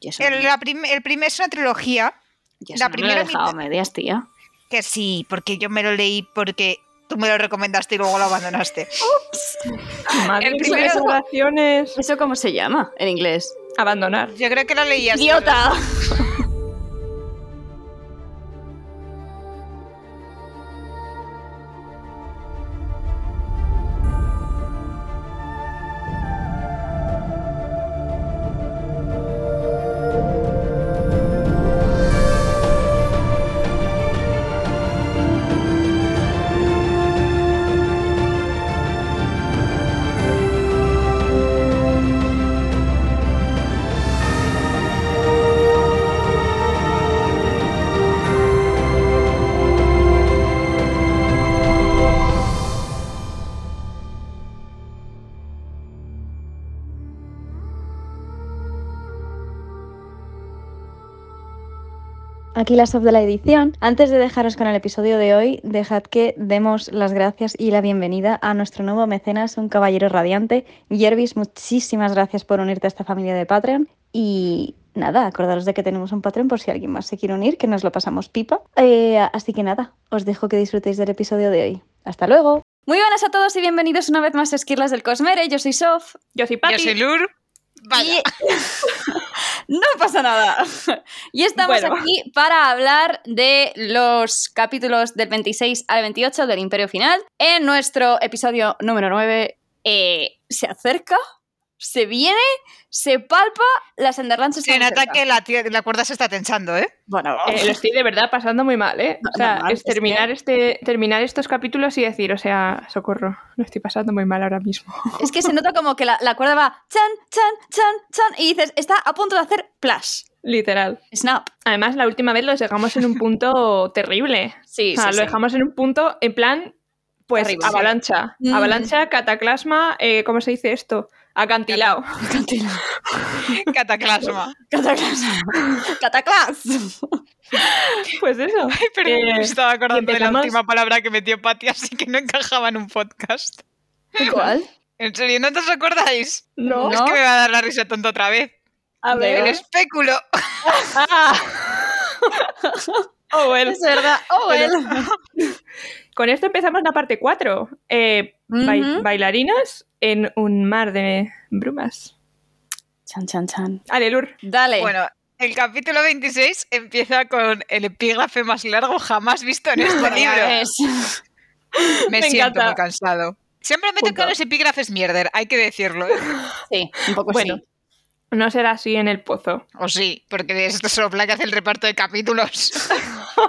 Yo eso El, no- la prim- el primer es una trilogía, yo la eso no me lo he primera dejado a mitad- medias, tía. que sí, porque yo me lo leí porque tú me lo recomendaste y luego lo abandonaste. Madre El mía, primero- esas oraciones. ¿Eso cómo se llama en inglés? Abandonar. Yo creo que lo leí así. ¡Idiota! Aquí las of de la edición. Antes de dejaros con el episodio de hoy, dejad que demos las gracias y la bienvenida a nuestro nuevo mecenas, un caballero radiante. Jervis, muchísimas gracias por unirte a esta familia de Patreon. Y nada, acordaros de que tenemos un Patreon por si alguien más se quiere unir, que nos lo pasamos pipa. Eh, así que nada, os dejo que disfrutéis del episodio de hoy. ¡Hasta luego! Muy buenas a todos y bienvenidos una vez más a Esquirlas del Cosmere. Yo soy Sof. Yo soy Pati. Yo soy Lur. Vaya. Y- no pasa nada. Y estamos Bueno. aquí para hablar de los capítulos del 26 al 28 del Imperio Final. En nuestro episodio número 9 eh, se acerca, se viene, se palpa, las Enderlands están En cerca. ataque la, tía- la cuerda se está tensando, ¿eh? Bueno, Eh, lo estoy de verdad pasando muy mal, ¿eh? O sea, normal, es es que- terminar, este, terminar estos capítulos y decir, o sea, socorro, lo estoy pasando muy mal ahora mismo. es que se nota como que la, la cuerda va chan, chan, chan, chan y dices, está a punto de hacer plash. Literal. Snap. Además, la última vez lo dejamos en un punto terrible. Sí, O sea, sí, lo sí. dejamos en un punto, en plan, pues Terrible. avalancha. Mm. Avalancha, cataclasma, eh, ¿cómo se dice esto? Acantilado. Cataclasma. Cataclas. Cataclas. Pues eso. Ay, Pero Eh, me estaba acordando de la empezamos. última palabra que metió Pati, así que no encajaba en un podcast. ¿Cuál? ¿En serio? ¿No te os acordáis? No. No. Es que me va a dar la risa tonta otra vez. A El ver. espéculo. Oh, bueno. Es verdad. Oh, Pero- well. Con esto empezamos la parte 4. Ujú. Bailarinas en un mar de brumas. Chan, chan, chan. Alelur. Dale. Bueno, el capítulo 26 empieza con el epígrafe más largo jamás visto en este libro. Es- Me, Me siento encanta. muy cansado. Siempre me Punto. tocan los epígrafes mierder, hay que decirlo. ¿eh? Sí, un poco Bueno. Pues sí. No será así en el pozo. O sí, porque esto sopla que hace el reparto de capítulos.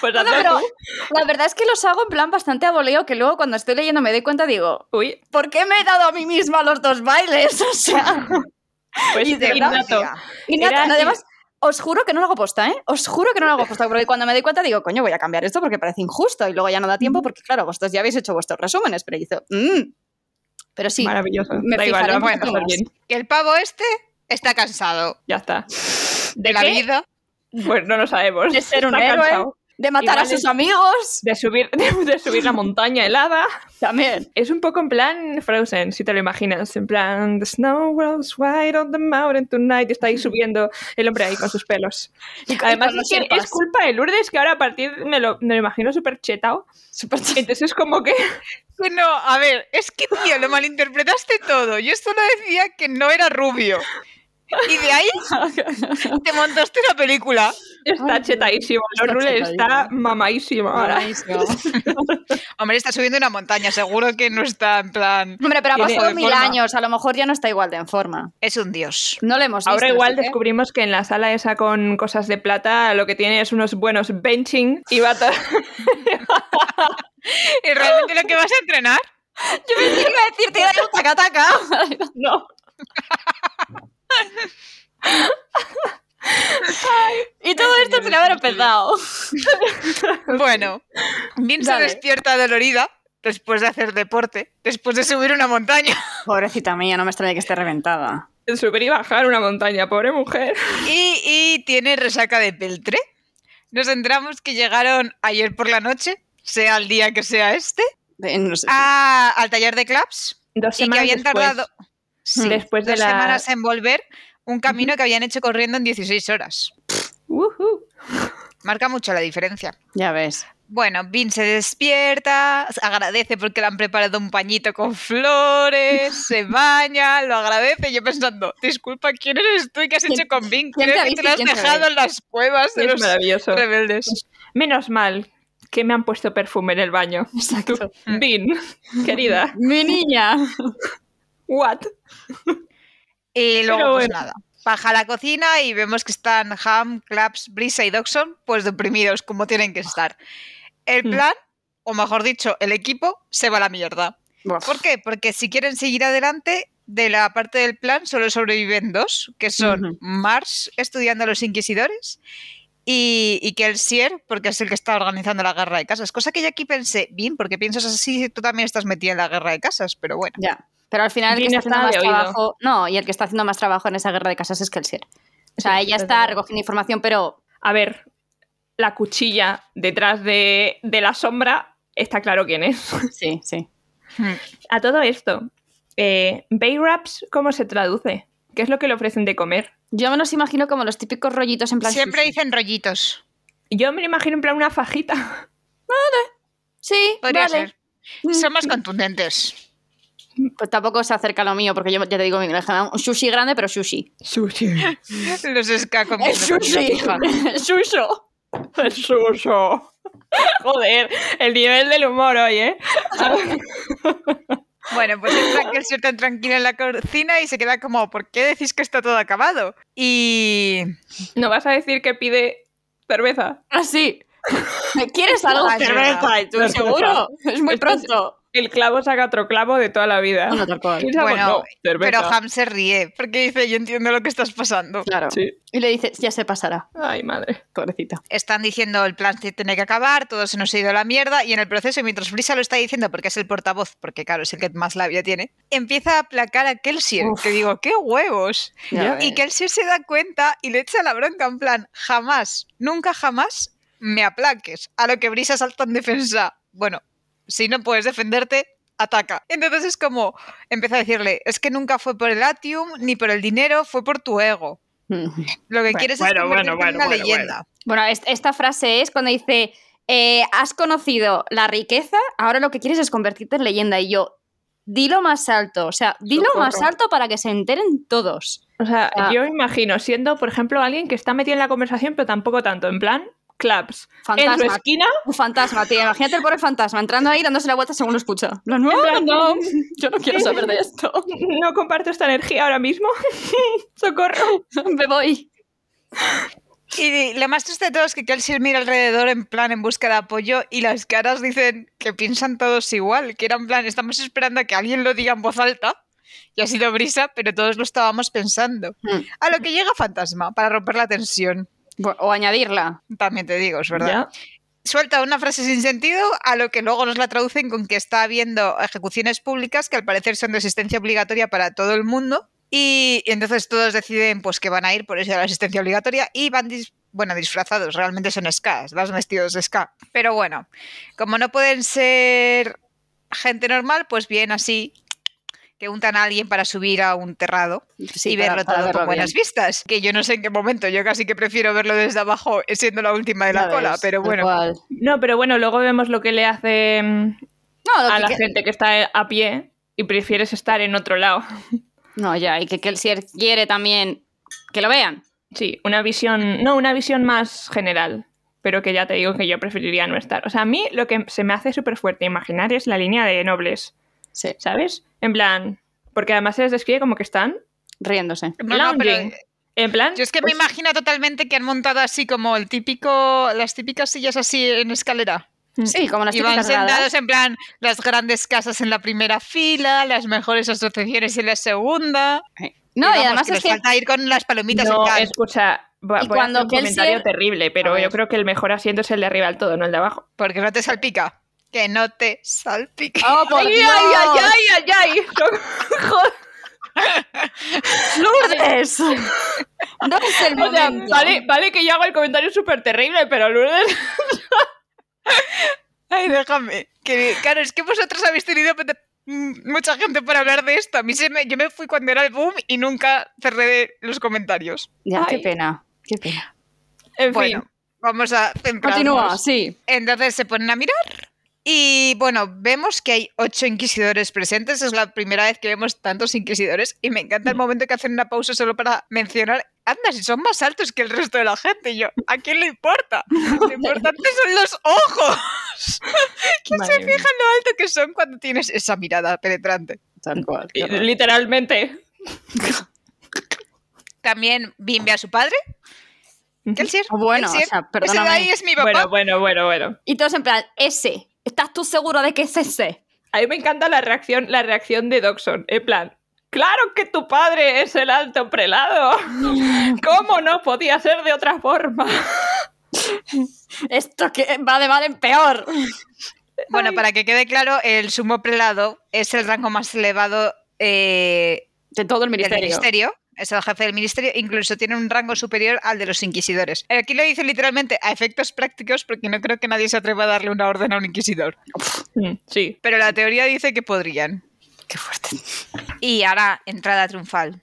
Pues Bueno, hazlo pero tú. la verdad es que los hago en plan bastante a voleo, que luego cuando estoy leyendo me doy cuenta digo, Uy, ¿por qué me he dado a mí misma los dos bailes? O sea, pues Y de verdad, innato. y nada, Era así. además, os juro que no lo hago posta, ¿eh? Os juro que no lo hago posta, porque cuando me doy cuenta digo, coño, voy a cambiar esto porque parece injusto y luego ya no da Mm. tiempo porque, claro, vosotros ya habéis hecho vuestros resúmenes, pero hizo, mm. Pero sí, Maravilloso. Me da igual, fijaré lo vamos a un poco pasar más. bien. Y el pavo este está cansado Ya está. de la qué? vida. Pues no lo sabemos. De ser un Está héroe. cansado. de matar a Igual sus es- amigos De subir, de subir la montaña helada. también. Es un poco en plan Frozen, si te lo imaginas. En plan, The snow rolls white on the mountain tonight. Y está ahí subiendo el hombre ahí con sus pelos. Y con- y Además, con los es, que sherpas. es culpa de Lourdes que ahora a partir me lo, me lo imagino súper chetao. Súper ch- Entonces es como que. Que No, a ver, es que tío, lo malinterpretaste todo. Yo solo decía que no era rubio. Y de ahí te montaste la película. Está chetadísimo. Está Lourdes está chetadísimo. mamadísimo ahora. Hombre, está subiendo una montaña, seguro que no está en plan. Hombre, pero ha Tiene- pasado mil forma. años, a lo mejor ya no está igual de en forma. Es un dios. No lo hemos visto. ¿eh? Ahora igual ¿eh? así que- descubrimos que en la sala esa con cosas de plata lo que tiene es unos buenos benching y va a to- ¿Y realmente lo que vas a entrenar? Yo pensé que iba a decir, tira un taca taca. No. Y todo esto sin haber empezado. Bueno, Vin se Dale. despierta dolorida después de hacer deporte, después de subir una montaña. Pobrecita mía, no me extraña que esté reventada. Subir y bajar una montaña, pobre mujer. Y, y tiene resaca de peltre. Nos enteramos que llegaron ayer por la noche, sea el día que sea este, Eh, No sé. a- al taller de claps. Dos y que semanas habían después. tardado sí, Después de dos la- semanas en volver un camino que habían hecho corriendo en 16 horas. Ujú. Marca mucho la diferencia. Ya ves. Bueno, Vin se despierta, agradece porque le han preparado un pañito con flores, se baña, lo agradece. Yo pensando, disculpa, ¿quién eres tú y qué has ¿Quién- hecho con Vin? quién te ¿Crees avisa que te lo y has quién te dejado ve? en las cuevas de Es los maravilloso. Pues, rebeldes? Menos mal que me han puesto perfume en el baño. Exacto. Bin, querida, Mi niña. what? Y luego, Pero pues bueno. nada. Baja a la cocina y vemos que están Ham, Claps, Brisa y Doxon, pues deprimidos, como tienen que estar. El Hmm. Mm. plan, o mejor dicho, el equipo, se va a la mierda. ¿Por qué? Porque si quieren seguir adelante, de la parte del plan solo sobreviven dos, que son Ujú. Mars estudiando a los inquisidores y, y Kelsier, porque es el que está organizando la guerra de casas. Cosa que yo aquí pensé, bien, porque piensas así si tú también estás metida en la guerra de casas, pero bueno. Ya. Pero al final el que Viene está haciendo nada más de oído. trabajo. No, y el que está haciendo más trabajo en esa guerra de casas es Kelsier. O sea, Sí, ella desde está luego. recogiendo información, pero. A ver, la cuchilla detrás de, de la sombra está claro quién es. Sí, sí. Hmm. A todo esto, eh, Bay Wraps, ¿cómo se traduce? ¿Qué es lo que le ofrecen de comer? Yo me los imagino como los típicos rollitos en plan. Siempre sushi. dicen rollitos. Yo me lo imagino en plan una fajita. Sí, Podría vale. Mm. ser. Son más contundentes. Pues tampoco se acerca a lo mío, porque yo ya te digo, me imaginaba un sushi grande, pero sushi. Sushi. Los esca con ¡Es sushi! ¡Susho! El suso. Joder, el nivel del humor hoy, ¿eh? Bueno, pues entra Kelsier tan tranquila en la cocina y se queda como, ¿por qué decís que está todo acabado? Y ¿No vas a decir que pide cerveza? Así. ¿Quieres algo? Ah, es verdad. Cerveza, y tú, Cerveza. seguro. Es muy Esto es- pronto. El clavo saca otro clavo de toda la vida. Bueno, tal cual. ¿Quieres algo? Bueno, No, cerveza. Pero Ham se ríe, porque dice, yo entiendo lo que estás pasando. Claro. Sí. Y le dices, ya se pasará, Ay, madre. pobrecita. Están diciendo, el plan se tiene que acabar, todo se nos ha ido a la mierda, y en el proceso, y mientras Brisa lo está diciendo, porque es el portavoz, porque claro, es el que más labia tiene, empieza a aplacar a Kelsier, Uf. que digo, ¡qué huevos! Ya Ya. ves. Y Kelsier se da cuenta y le echa la bronca en plan, jamás, nunca jamás me aplaques. A lo que Brisa salta en defensa. Bueno, si no puedes defenderte, ataca. Entonces es como, empieza a decirle, es que nunca fue por el Atium ni por el dinero, fue por tu ego. Mm. Lo que Bueno, quieres bueno, es convertirte bueno, en una bueno, bueno, leyenda. Bueno, es- esta frase es cuando dice, eh, has conocido la riqueza, ahora lo que quieres es convertirte en leyenda. Y yo, dilo más alto, o sea, dilo Socorro. más alto para que se enteren todos. O sea, Ah. yo me imagino siendo, por ejemplo, alguien que está metido en la conversación, pero tampoco tanto. En plan, claps. En su Fantasma, esquina, un fantasma, tío. Imagínate el pobre fantasma entrando ahí dándose la vuelta según lo escucha. En plan, "No, plan, no, yo no quiero saber de esto. no comparto esta energía ahora mismo. Socorro. Me voy. Y lo más triste de todo es que Kelsier mira alrededor en plan en busca de apoyo y las caras dicen que piensan todos igual, que era en plan, estamos esperando a que alguien lo diga en voz alta. Y ha sido brisa, pero todos lo estábamos pensando. Mm. A lo que llega Fantasma para romper la tensión. Bu- O añadirla. También te digo, es verdad. Ya. Suelta una frase sin sentido, a lo que luego nos la traducen con que está habiendo ejecuciones públicas que al parecer son de asistencia obligatoria para todo el mundo. Y entonces todos deciden pues que van a ir por eso de la asistencia obligatoria y van dis- bueno, disfrazados, realmente son skas, van vestidos de ska. Pero bueno, como no pueden ser gente normal, pues bien así que untan a alguien para subir a un terrado Sí, y para- verlo para todo verlo con buenas bien. vistas. Que yo no sé en qué momento, yo casi que prefiero verlo desde abajo eh, siendo la última de la Ya cola, ves, pero tal bueno. cual. No, pero bueno, luego vemos lo que le hace mm, No, lo a que- la que- gente que está a pie y prefieres estar en otro lado. no, ya, y que Kelsier quiere también que lo vean. Sí, una visión, no, una visión más general, pero que ya te digo que yo preferiría no estar. O sea, a mí lo que se me hace súper fuerte imaginar es la línea de nobles, Sí, ¿sabes? En plan, porque además se les describe como que están riéndose. No, no, pero lounging. En plan, yo es que me pues, imagino totalmente que han montado así como el típico, las típicas sillas así en escalera. Sí, como las y van típicas gradas. sentados en plan las grandes casas en la primera fila, las mejores asociaciones en la segunda. No, y vamos, además que es les que falta ir con las palomitas no, en plan. escucha, va- Y voy a hacer cuando un Kelsier- comentario terrible, A pero ver. yo creo que el mejor asiento es el de arriba del todo, no el de abajo. Porque no te salpica. Que no te salpica. ¡Oh, por Dios! ay, ay! ¡Lourdes! No es el O sea, momento. vale, vale que yo hago el comentario súper terrible, pero Lourdes... Ay, déjame. Que, claro, es que vosotros habéis tenido pe- mm, mucha gente para hablar de esto. A mí se me- yo me fui cuando era el boom y nunca cerré los comentarios. Ya, qué Ay. pena. Qué pena. En bueno, fin, vamos a centrarnos. Continúa, sí. Entonces se ponen a mirar y bueno, vemos que hay ocho inquisidores presentes. Es la primera vez que vemos tantos inquisidores y me encanta el momento que hacen una pausa solo para mencionar. Anda, si son más altos que el resto de la gente. Y yo, ¿a quién le importa? Lo importante son los ojos. ¿Quién se madre mía. fija en lo alto que son cuando tienes esa mirada penetrante? Tal cual. qué Y- horror. Literalmente. También Bim ve a su padre, Kelsier. Bueno, o Kelsier. sea, Ese de ahí perdóname. es mi papá. Bueno, bueno, bueno, bueno. Y todos en plan, ese. ¿Estás tú seguro de que es ese? A mí me encanta la reacción, la reacción de Doxon. En plan, claro que tu padre es el alto prelado. ¿Cómo no podía ser de otra forma? Esto que va de mal en peor. Bueno, para que quede claro, el sumo prelado es el rango más elevado eh, De todo el del ministerio. ministerio. Es el jefe del ministerio, incluso tiene un rango superior al de los inquisidores. Aquí lo dice literalmente a efectos prácticos porque no creo que nadie se atreva a darle una orden a un inquisidor. Mm, Sí. Pero la teoría dice que podrían. Qué fuerte. Y ahora, entrada triunfal.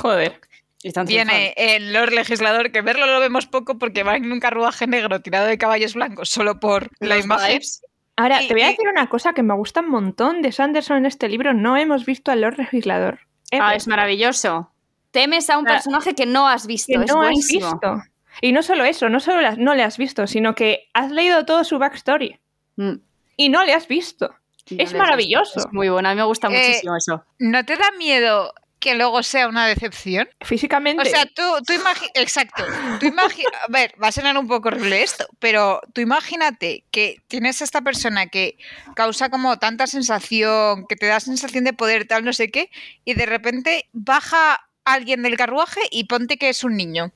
Joder. Y tan Viene el Lord Legislador, que verlo lo vemos poco porque va en un carruaje negro tirado de caballos blancos solo por la Los imagen. vibes. Ahora, Y- te voy a y- decir una cosa que me gusta un montón de Sanderson en este libro. No hemos visto al Lord Legislador. Em, Ah, Ever. es maravilloso. Temes a un Claro. personaje que no has visto. que es no has buenísimo. visto. Y no solo eso, no solo las- no le has visto, sino que has leído todo su backstory Mm. y no le has visto. Y Es no les- maravilloso. Es muy bueno. A mí me gusta Eh, muchísimo eso. ¿No te da miedo que luego sea una decepción? Físicamente. O sea, tú, tú imagi- Exacto. Tú imagi- a ver, va a sonar un poco horrible esto, pero tú imagínate que tienes a esta persona que causa como tanta sensación, que te da sensación de poder, tal, no sé qué, y de repente baja alguien del carruaje y ponte que es un niño.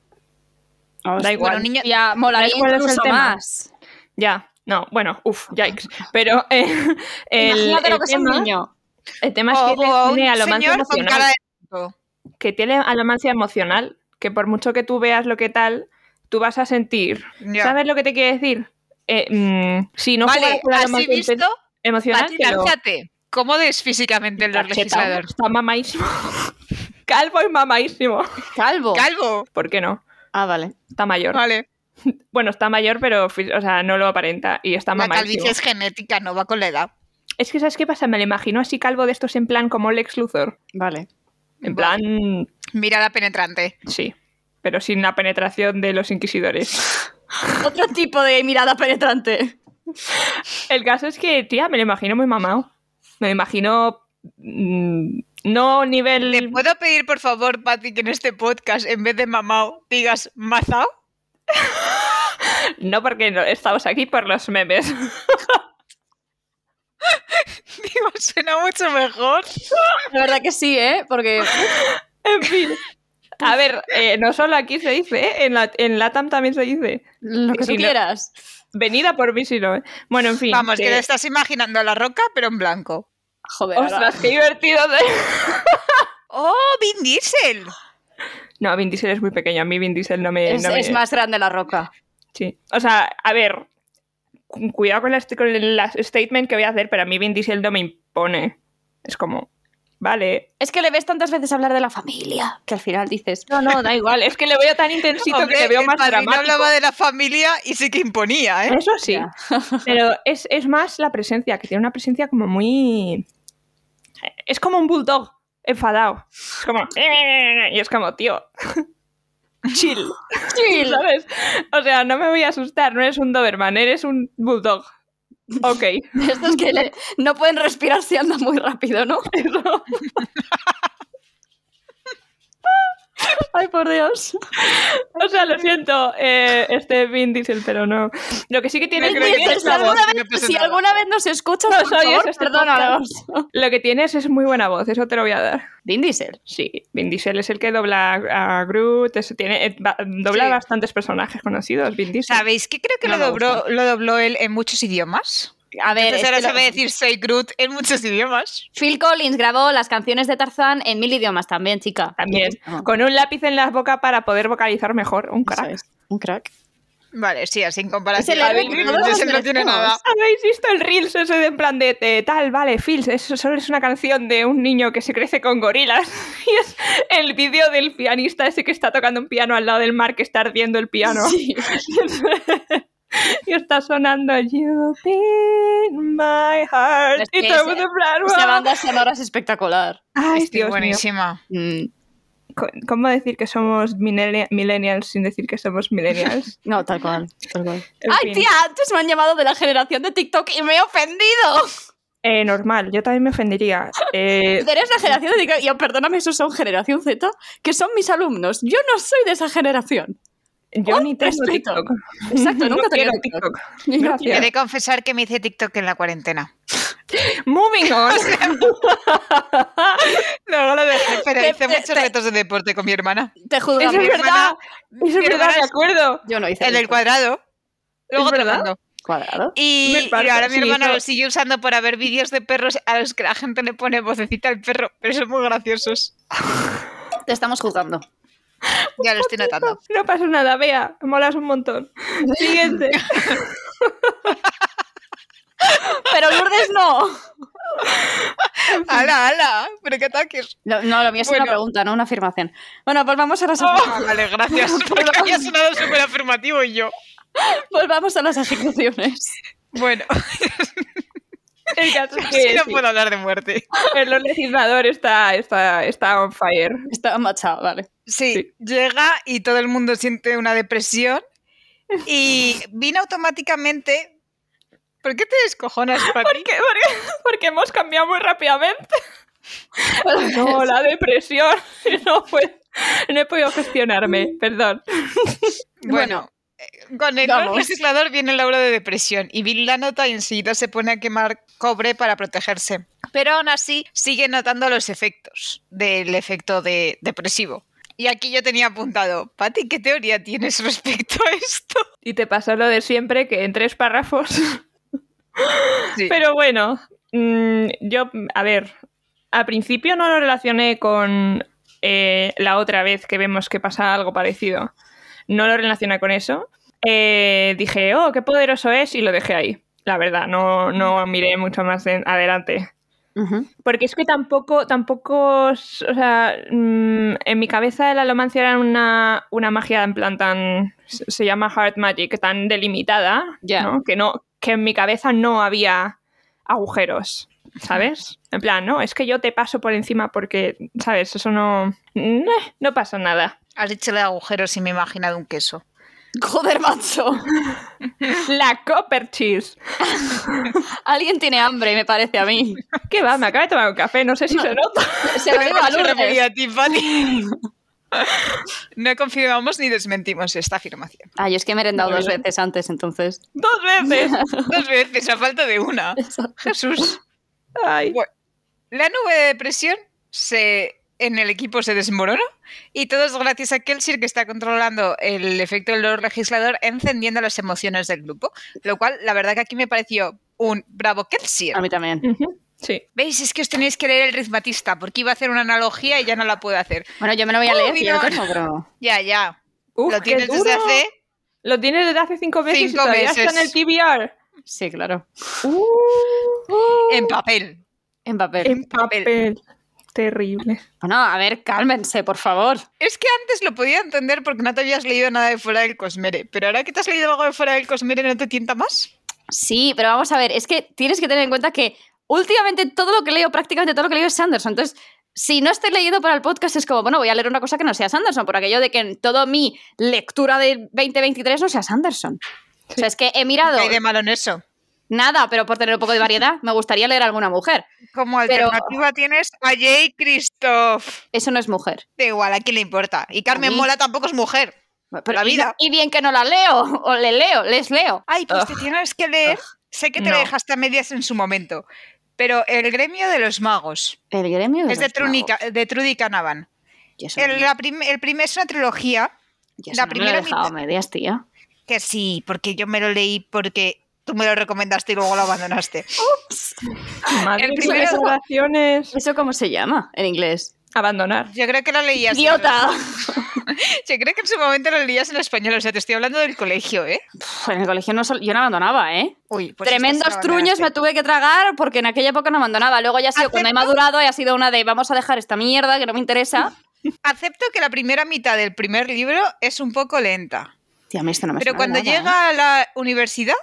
da igual. Bueno, niño. Ya molaría ¿Sabes cuál es el incluso tema? más. Ya, no, bueno, uff, yikes. Pero eh, el, Imagínate lo el que es un tema, niño. el tema es que o- o a tiene un alomancia señor con emocional. cara de. tonto. Que tiene alomancia emocional. Que por mucho que tú veas lo que tal, tú vas a sentir. Ya. ¿Sabes lo que te quiero decir? Eh, mm, si no vale, jugaras con la así alomancia visto, emocional, Pati, te lo- lánzate. ¿Cómo es físicamente el Lord Cacheta, legislador? Está mamadísimo. Calvo y mamadísimo. Calvo. Calvo. ¿Por qué no? ah, vale. Está mayor. Vale. Bueno, está mayor, pero fi- o sea, no lo aparenta. Y está La mamadísimo. calvicie es genética, no va con la edad. Es que, ¿sabes qué pasa? Me lo imagino así calvo de estos en plan como Lex Luthor. Vale. En Vale. plan, Mirada penetrante. sí. Pero sin la penetración de los inquisidores. Otro tipo de mirada penetrante. El caso es que, tía, me lo imagino muy mamado. Me lo imagino. mm, no nivel. ¿Te puedo pedir, por favor, Pati, que en este podcast, en vez de mamao, digas mazao? No, porque no- estamos aquí por los memes. Digo, suena mucho mejor. La verdad que sí, ¿eh? Porque En fin. A ver, eh, no solo aquí se dice, ¿eh? en, la, en Latam también se dice. lo que tú Sí, no. quieras. Venida por mí si no. ¿eh? Bueno, en fin. Vamos, que que- te estás imaginando a la roca, pero en blanco. Joder. ahora- Ostras, qué divertido. ¿eh? ¡Oh, Vin Diesel! No, Vin Diesel es muy pequeño. A mí Vin Diesel no me. Es, no me- es más grande la roca. Sí. O sea, a ver. cu- Cuidado con, las- con el las- statement que voy a hacer, pero a mí Vin Diesel no me impone. Es como. Vale. Es que le ves tantas veces hablar de la familia que al final dices. No, no, da igual. Es que le veo tan intensito Hombre, que le veo el más padrino dramático. hablaba de la familia y sí que imponía, ¿eh? Eso sí. Ya. Pero es, es más la presencia, que tiene una presencia como muy. Es como un bulldog enfadado. Es como. Y es como, tío. Chill. Chill. ¿Sabes? O sea, no me voy a asustar, no eres un Doberman, eres un bulldog. Ok. Estos que le- no pueden respirar si andan muy rápido, ¿no? Ay, por Dios. o sea, lo siento, eh, este Vin Diesel, pero no. Lo que sí que tiene No es creo que muy sea Dices, buena si, esa alguna voz. no vez, pasa si nada. alguna vez nos escuchas, No por soy favor, ese perdónanos. Lo que tienes es muy buena voz, eso te lo voy a dar. Vin Diesel. Sí, Vin Diesel es el que dobla a Groot, es- tiene, eh, ba- dobla Sí. bastantes personajes conocidos, Vin Diesel. ¿Sabéis que creo que No lo, me Eh, dobló, lo dobló él en muchos idiomas? A ver, Entonces es ahora que lo- sabe decir soy Groot en muchos idiomas. Phil Collins grabó las canciones de Tarzán en mil idiomas también, chica. También. Ah, Con un lápiz en la boca para poder vocalizar mejor, un eso crack. es. Un crack. Vale, sí, así en comparación. Es el héroe Bill que todos Gates no nos tiene nada. merecemos. ¿Habéis visto el Reels ese de en plan de de tal? Vale, Phils, eso solo es una canción de un niño que se crece con gorilas. Y es el vídeo del pianista ese que está tocando un piano al lado del mar que está ardiendo el piano. Sí. Y está sonando You've been my heart. Es que Y todo el ese- mundo en plan, Esa "Wow". banda sonora es espectacular. Ay, Estoy Dios mío. buenísima. Mm, Co- ¿Cómo decir que somos millennia- millennials sin decir que somos millennials? No, tal cual. Tal cual. En Ay, fin. tía, antes me han llamado de la generación de TikTok y me he ofendido. Eh, normal, yo también me ofendería. Eh, Tú Eres la generación de TikTok. Y oh, perdóname, esos son generación Z, que son mis alumnos. Yo no soy de esa generación. yo ni tengo respeto. TikTok. Exacto, nunca No tenía quiero TikTok. TikTok. Ni no Gracias. He quiero. de confesar que me hice TikTok en la cuarentena. Moving on. Luego lo dejé, pero Te- hice te- muchos te- retos de deporte con mi hermana. Te juzgan. Eso es mi verdad. hermana- Eso es mi verdad, hermana de es- acuerdo. Yo no hice El del esto. cuadrado. Luego te lo verdad? mando. cuadrado. Y, Me y parto, ahora mi sí, hermana eso- lo sigue usando para ver vídeos de perros a los que la gente le pone vocecita al perro, pero son muy graciosos. Te estamos juzgando. Ya lo estoy notando. No pasa nada, vea, molas un montón. Siguiente. Pero Lourdes no. ¡Hala, hala! ¡Pero qué ataques! Lo- no, lo mío es una Bueno. pregunta, no una afirmación. Bueno, pues vamos a las, ejecu- Ah, vale, gracias, porque había sonado súper afirmativo y yo. volvamos a las ejecuciones. Bueno, El caso es sí, que no sí, puedo hablar de muerte. el legislador está, está, está on fire. Está machado, vale. Sí, Sí. llega y todo el mundo siente una depresión y vino automáticamente... ¿Por qué te descojonas, Pati? ¿Qué? ¿Por qué? Porque hemos cambiado muy rápidamente. Pues No, la depresión. No, fue- no he podido gestionarme, perdón. Bueno, eh, con el nuevo vamos. legislador viene la obra de depresión y Bill la nota y enseguida se pone a quemar cobre para protegerse. Pero aún así sigue notando los efectos del efecto de depresivo. Y aquí yo tenía apuntado, Pati, ¿qué teoría tienes respecto a esto? Y te pasó lo de siempre, que en tres párrafos. Sí. Pero bueno, mm, yo, a ver, al principio no lo relacioné con eh, la otra vez que vemos que pasa algo parecido. No lo relacioné con eso. Eh, dije, oh, qué poderoso es, y lo dejé ahí. La verdad, no, no miré mucho más en- adelante. Porque es que tampoco, tampoco, s- o sea, mm, en mi cabeza la alomancia era una, una magia en plan tan, se se llama hard magic, tan delimitada, Ya. ¿no? Que, no, que en mi cabeza no había agujeros, ¿sabes? En plan, no, es que yo te paso por encima porque, ¿sabes? Eso no, no, no pasa nada. Has dicho el agujero si me he imaginado un queso. Joder, macho. La copper cheese. Alguien tiene hambre, me parece a mí. ¿Qué va? Me acabo de tomar un café, no sé si se nota. Se lo digo a Se Lourdes. refería a ti, Pati. No confirmamos ni desmentimos esta afirmación. Ay, es que he merendado dos veces antes, entonces. Dos veces. Dos veces, a falta de una. Jesús. Ay. Bueno, La nube de depresión se, en el equipo se desmorona y todo es gracias a Kelsey que está controlando el efecto del dolor legislador encendiendo las emociones del grupo. Lo cual, la verdad que aquí me pareció un bravo Kelsey. A mí también. Ujú, Sí. ¿Veis? Es que os tenéis que leer el ritmatista porque iba a hacer una analogía y ya no la puedo hacer. Bueno, yo me lo voy a Oh, leer, que yo lo mira. tengo, pero... Ya, ya. Uf, Lo qué tienes desde duro. hace... Lo tienes desde hace cinco meses Cinco y todavía está en el meses. TBR. Sí, claro. en papel. En papel. Uh, en papel. Terrible. Bueno, a ver, cálmense, por favor. Es que antes lo podía entender porque no te habías leído nada de Fuera del Cosmere, pero ahora que te has leído algo de Fuera del Cosmere no te tienta más. Sí, pero vamos a ver, es que tienes que tener en cuenta que últimamente todo lo que leo, prácticamente todo lo que leo es Sanderson. Entonces, si no estoy leyendo para el podcast, es como, bueno, voy a leer una cosa que no sea Sanderson, por aquello de que en toda mi lectura del 2023 no sea Sanderson. O sea, es que he mirado ¿Qué hay de malo en eso? nada, pero por tener un poco de variedad, me gustaría leer a alguna mujer. Como Pero- alternativa tienes a Jay Christoph. Eso no es mujer. Da igual, ¿a quién le importa? Y Carmen mí. Mola tampoco es mujer. Pero- La vida. Y, y bien que no la leo, o le leo, les leo. Ay, pues te tienes que leer. Sé que te No. lo dejaste a medias en su momento. Pero el gremio de los magos. El gremio es de, Trudy Ca- de Trudy Canavan. El, la prim- el primer es una trilogía la me primera lo he dejado a mitad- medias, tía. que sí, porque yo me lo leí porque tú me lo recomendaste y luego lo abandonaste. Madre El mía, primero- oraciones. ¿Eso cómo se llama en inglés? Abandonar. Yo creo que lo leías. en- ¡Idiota! Yo creo que en su momento lo leías en español, o sea, te estoy hablando del colegio, ¿eh? Puf, Pues en el colegio no sol- yo no abandonaba, ¿eh? Uy, pues Tremendos estas no truños me van a hacer. tuve que tragar porque en aquella época no abandonaba. Luego ya ha sido cuando he ¿Acepto? madurado y ha sido una de vamos a dejar esta mierda que no me interesa. Acepto que la primera mitad del primer libro es un poco lenta, Tío, a mí esto no me pero suena cuando de nada, ¿eh? llega a la universidad,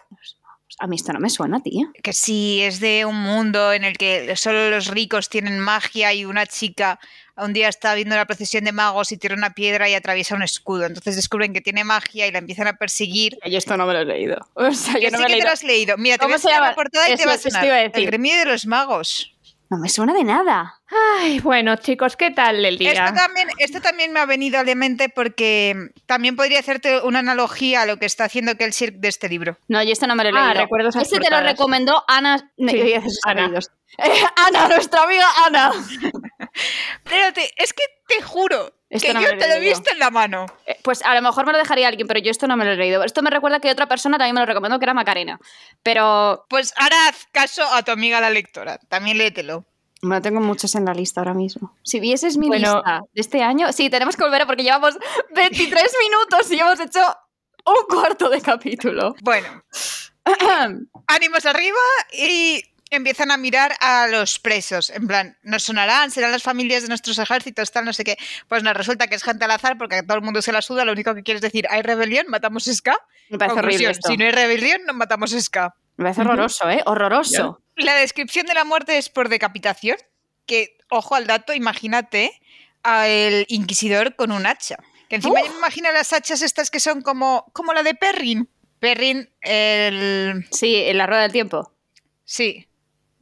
A mí esto no me suena, tío. que sí, es de un mundo en el que solo los ricos tienen magia y una chica un día está viendo una procesión de magos y tira una piedra y atraviesa un escudo. Entonces descubren que tiene magia y la empiezan a perseguir. Yo esto no me lo he leído. O sea, Yo yo no sí me lo que he te lo leído. has leído. Mira, te ¿Cómo voy a se enseñar la llama? portada y Eso te va a es, eso sonar. te iba a El decir. gremio de los magos. No me suena de nada. Ay, bueno, chicos, ¿qué tal el día? Esto también, esto también me ha venido a la mente porque también podría hacerte una analogía a lo que está haciendo que el Cirque de este libro. No, yo este no me lo he Ah, leído. recuerdo esas Ese te lo portadas. recomendó Ana. no, Sí, yo iba a decir sus Ana. apellidos. Eh, Ana, nuestra amiga Ana. Pero te- es que te juro Esto que no me yo lo he te lo he leído. visto en la mano. Eh, Pues a lo mejor me lo dejaría alguien, pero yo esto no me lo he leído. Esto me recuerda que otra persona también me lo recomendó, que era Macarena. Pero Pues ahora haz caso a tu amiga la lectora. También léetelo. no tengo muchos en la lista ahora mismo. Si vieses mi Bueno. lista de este año, sí, tenemos que volver a- porque llevamos 23 minutos y hemos hecho un cuarto de capítulo. Bueno, ánimos arriba y empiezan a mirar a los presos. En plan, nos sonarán, serán las familias de nuestros ejércitos, tal, no sé qué. Pues nos resulta que es gente al azar porque a todo el mundo se la suda. Lo único que quieres decir, hay rebelión, matamos Ska. Me parece horrible Conclusión, esto. si no hay rebelión, no matamos Ska. Me parece horroroso, ¿eh? Horroroso. La descripción de la muerte es por decapitación, que, ojo al dato, imagínate al inquisidor con un hacha. Que encima yo me imagino las hachas estas que son como, como la de Perrin. Perrin, el... Sí, en la rueda del tiempo. Sí.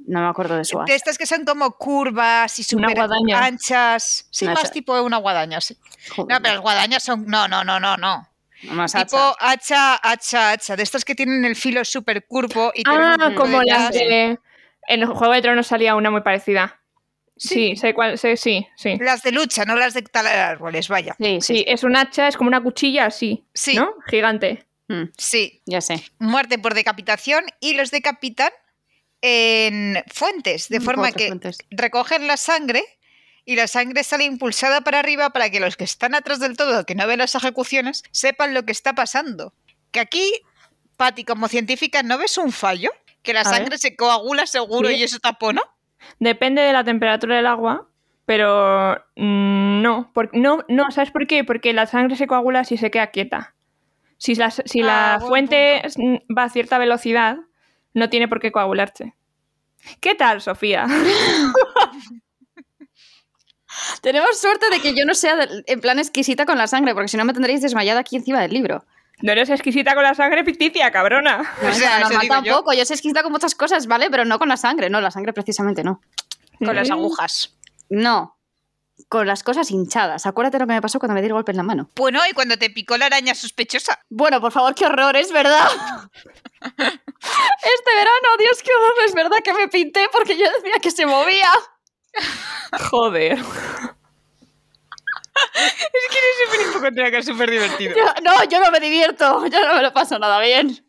No me acuerdo de su De arte. estas que son como curvas y Una súper guadaña. anchas. Sí, Una más hacha. tipo una guadaña, sí. Joder, No, pero las guadañas son... No, no, no, no, no. más Tipo hacha. hacha, hacha, hacha. De estas que tienen el filo súper curvo y tienen un Ah, punto como detrás. las de... En el Juego de Tronos salía una muy parecida. Sí, sé cuál, sé, sí, sí. Las de lucha, no las de talar árboles, vaya. Sí, sí, Sí, es un hacha, es como una cuchilla así, Sí, ¿no? Gigante. sí. Mm, sí. ya sé. muerte por decapitación y los decapitan en fuentes, de forma Otras que Mm, fuentes. recogen la sangre y la sangre sale impulsada para arriba para que los que están atrás del todo, que no ven las ejecuciones, sepan lo que está pasando. Que aquí, Patti, como científica, ¿no ves un fallo? Que la ver. sangre se coagula seguro Sí. y eso tapona. Depende de la temperatura del agua, pero mm, no, por- no, no, ¿sabes por qué? Porque la sangre se coagula si se queda quieta. Si la, si Ah, la buen fuente es- mm, va a cierta velocidad, no tiene por qué coagularse. ¿Qué tal, Sofía? Tenemos suerte de que yo no sea del- en plan exquisita con la sangre, porque si no me tendréis desmayada aquí encima del libro. No eres exquisita con la sangre ficticia, cabrona. No, O sea, es eso normal digo yo. tampoco. Yo. soy exquisita con muchas cosas, ¿vale? Pero no con la sangre. No, la sangre precisamente no. Con las Mm. agujas. No. Con las cosas hinchadas. Acuérdate lo que me pasó cuando me di el golpe en la mano. Bueno, y cuando te picó la araña sospechosa. Bueno, por favor, qué horror, es verdad. Este verano, Dios, qué horror, es verdad que me pinté porque yo decía que se movía. Joder. Es que no sé, un poco tenía que ser súper divertido. Yo- no, yo no me divierto. Yo no me lo paso nada bien.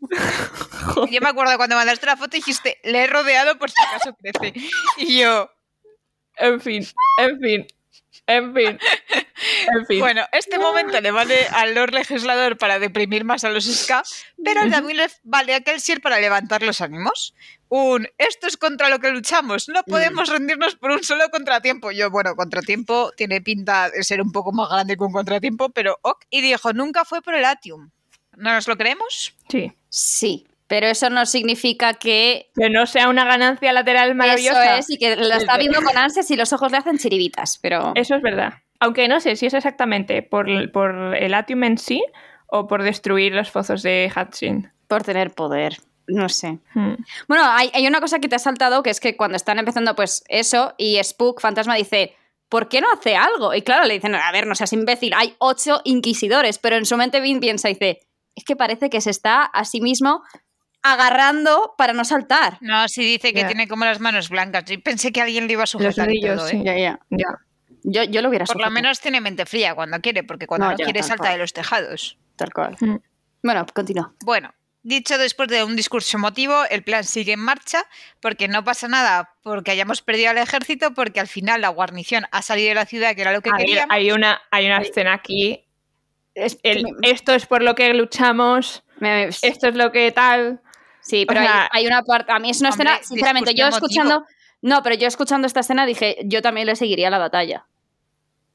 Yo me acuerdo cuando mandaste la foto dijiste, le he rodeado por si acaso crece. Y yo, En fin, en fin, en fin, en fin. bueno, este momento le vale al Lord Legislador para deprimir más a los SK, pero a David le vale a Kelsier para levantar los ánimos. Un, esto es contra lo que luchamos, no podemos rendirnos por un solo contratiempo. Yo, bueno, contratiempo tiene pinta de ser un poco más grande que un contratiempo, pero ok. Y dijo, nunca fue por el Atium. ¿No nos lo creemos? Sí. Sí, pero eso no significa que Que no sea una ganancia lateral maravillosa. Eso es, y que lo está viendo con ansias y los ojos le hacen chiribitas, pero... Eso es verdad. Aunque no sé si es exactamente por, por el Atium en sí o por destruir los pozos de Hatchin. Por tener poder, no sé. Hmm. Bueno, hay, hay una cosa que te ha saltado, que es que cuando están empezando pues eso, y Spook, Fantasma, dice... ¿Por qué no hace algo? Y claro, le dicen, a ver, no seas imbécil, hay ocho inquisidores, pero en su mente Vin piensa y dice, es que parece que se está a sí mismo agarrando para no saltar. No, si dice que Ya. tiene como las manos blancas. Yo pensé que alguien le iba a sujetar y nudillos, todo, ¿eh? sí. Ya, ya. Ya. Yo, yo lo hubiera Por lo sujetado, menos tiene mente fría cuando quiere, porque cuando No, no, ya, quiere tal salta cual. de los tejados. Tal cual. Hmm. Mm. Bueno, continúa. Bueno, Dicho después de un discurso emotivo, el plan sigue en marcha porque no pasa nada, porque hayamos perdido al ejército, porque al final la guarnición ha salido de la ciudad, que era lo que Hay, queríamos. hay una, hay una escena aquí. Es- el- esto es por lo que luchamos. me- me- Esto es lo que tal. Sí, pero O hay- sea, hay, una parte. A mí es una hombre, escena, sinceramente, yo discurso emotivo. escuchando. No, pero yo escuchando esta escena dije, yo también le seguiría la batalla.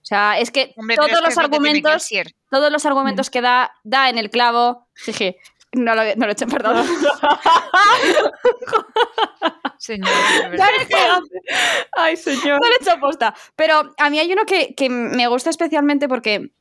O sea, es que Hombre, pero todos, es que los es lo que tiene que argumentos, ser. todos los argumentos que da, da en el clavo. Jeje. No lo, no lo he hecho, perdón. Señor, de verdad. Ay, señor. No lo he hecho posta. Pero a mí hay uno que, que me gusta especialmente porque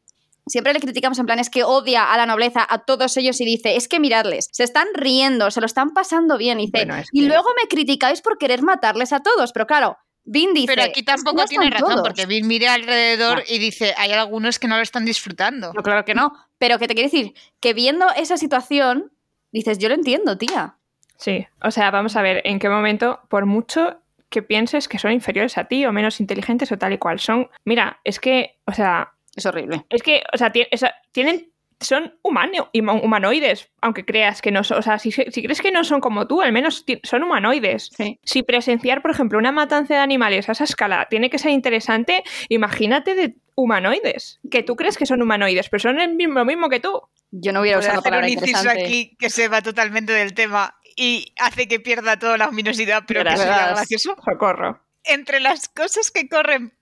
siempre le criticamos en plan es que odia a la nobleza, a todos ellos y dice, es que miradles, se están riendo, se lo están pasando bien. Y dice, Bueno, es y que- luego me criticáis por querer matarles a todos. Pero claro, Vin dice... Pero aquí "Es que tampoco no tiene están razón, todos". porque Bill mira alrededor y dice, hay algunos que no lo están disfrutando. No, claro que no. Pero que te quiere decir que viendo esa situación, dices, yo lo entiendo, tía. Sí, o sea, vamos a ver en qué momento, por mucho que pienses que son inferiores a ti o menos inteligentes o tal y cual son, mira, es que, o sea, Es horrible. es que, o sea, ti- o sea, tienen, son humano, huma- humanoides, aunque creas que no son, o sea, si, si crees que no son como tú, al menos ti- son humanoides. Sí. Si presenciar, por ejemplo, una matanza de animales a esa escala tiene que ser interesante, imagínate de humanoides, que tú crees que son humanoides, pero son el mismo, lo mismo que tú. Yo no hubiera Voy a usado la hacer palabra un inciso interesante. aquí que se va totalmente del tema y hace que pierda toda la luminosidad, pero que Gracias. será gracioso. Socorro. Entre las cosas que corren,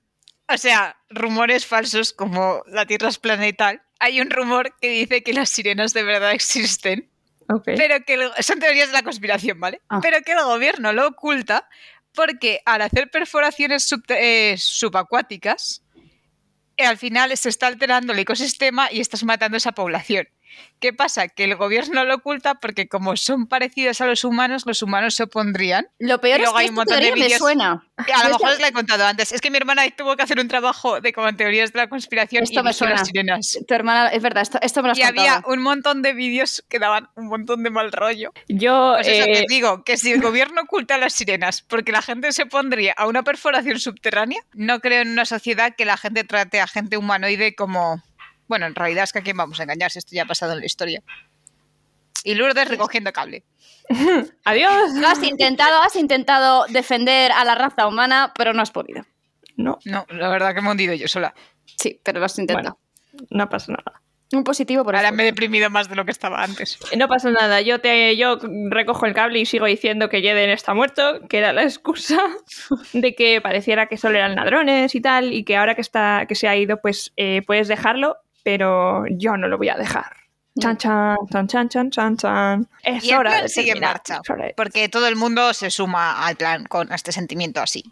o sea, rumores falsos como la Tierra es plana y tal, hay un rumor que dice que las sirenas de verdad existen, Ok. pero que el- son teorías de la conspiración, ¿vale? Ah. Pero que el gobierno lo oculta porque al hacer perforaciones subte- eh, subacuáticas, eh, al final se está alterando el ecosistema y estás matando esa población. ¿Qué pasa? Que el gobierno lo oculta porque como son parecidos a los humanos, los humanos se opondrían. Lo peor Y es luego que hay esta un montón de teoría me vídeos- suena. Y A Yo lo ya- mejor os la he contado antes. Es que mi hermana tuvo que hacer un trabajo de como teorías de la conspiración Esto y me dijo las suena. sirenas. Tu hermana, es verdad, esto, esto me lo has Y contado. había un montón de vídeos que daban un montón de mal rollo. Yo... Pues eso eh, que digo, que si el gobierno oculta las sirenas porque la gente se pondría a una perforación subterránea, no creo en una sociedad que la gente trate a gente humanoide como... Bueno, en realidad es que a quién vamos a engañar si esto ya ha pasado en la historia. Y Lourdes recogiendo cable. Adiós. Lo has intentado, has intentado defender a la raza humana, pero no has podido. No, No, la verdad que me he hundido yo sola. Sí, pero lo has intentado. no pasa nada. Un positivo por Ahora eso. me he deprimido más de lo que estaba antes. No pasa nada. Yo te, yo recojo el cable y sigo diciendo que Jeden está muerto, que era la excusa de que pareciera que solo eran ladrones y tal, y que ahora que está, que se ha ido, pues eh, puedes dejarlo, pero yo no lo voy a dejar. Chan chan, chan chan chan chan chan. Mm. Es Y el hora plan de sigue en terminar. marcha. Es hora de- Porque todo el mundo se suma al plan con este sentimiento así.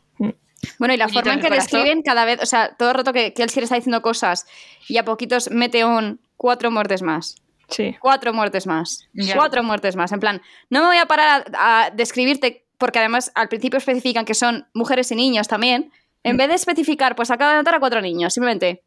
Bueno, y la puñito forma en en el que corazón. describen cada vez, o sea, todo el rato que, que él sí le está diciendo cosas y a poquitos mete un cuatro muertes más. Sí. Cuatro muertes más. Ya. Cuatro muertes más. En plan, no me voy a parar a, a describirte, porque además al principio especifican que son mujeres y niños también. Mm. En vez de especificar, pues acaba de matar a cuatro niños, simplemente.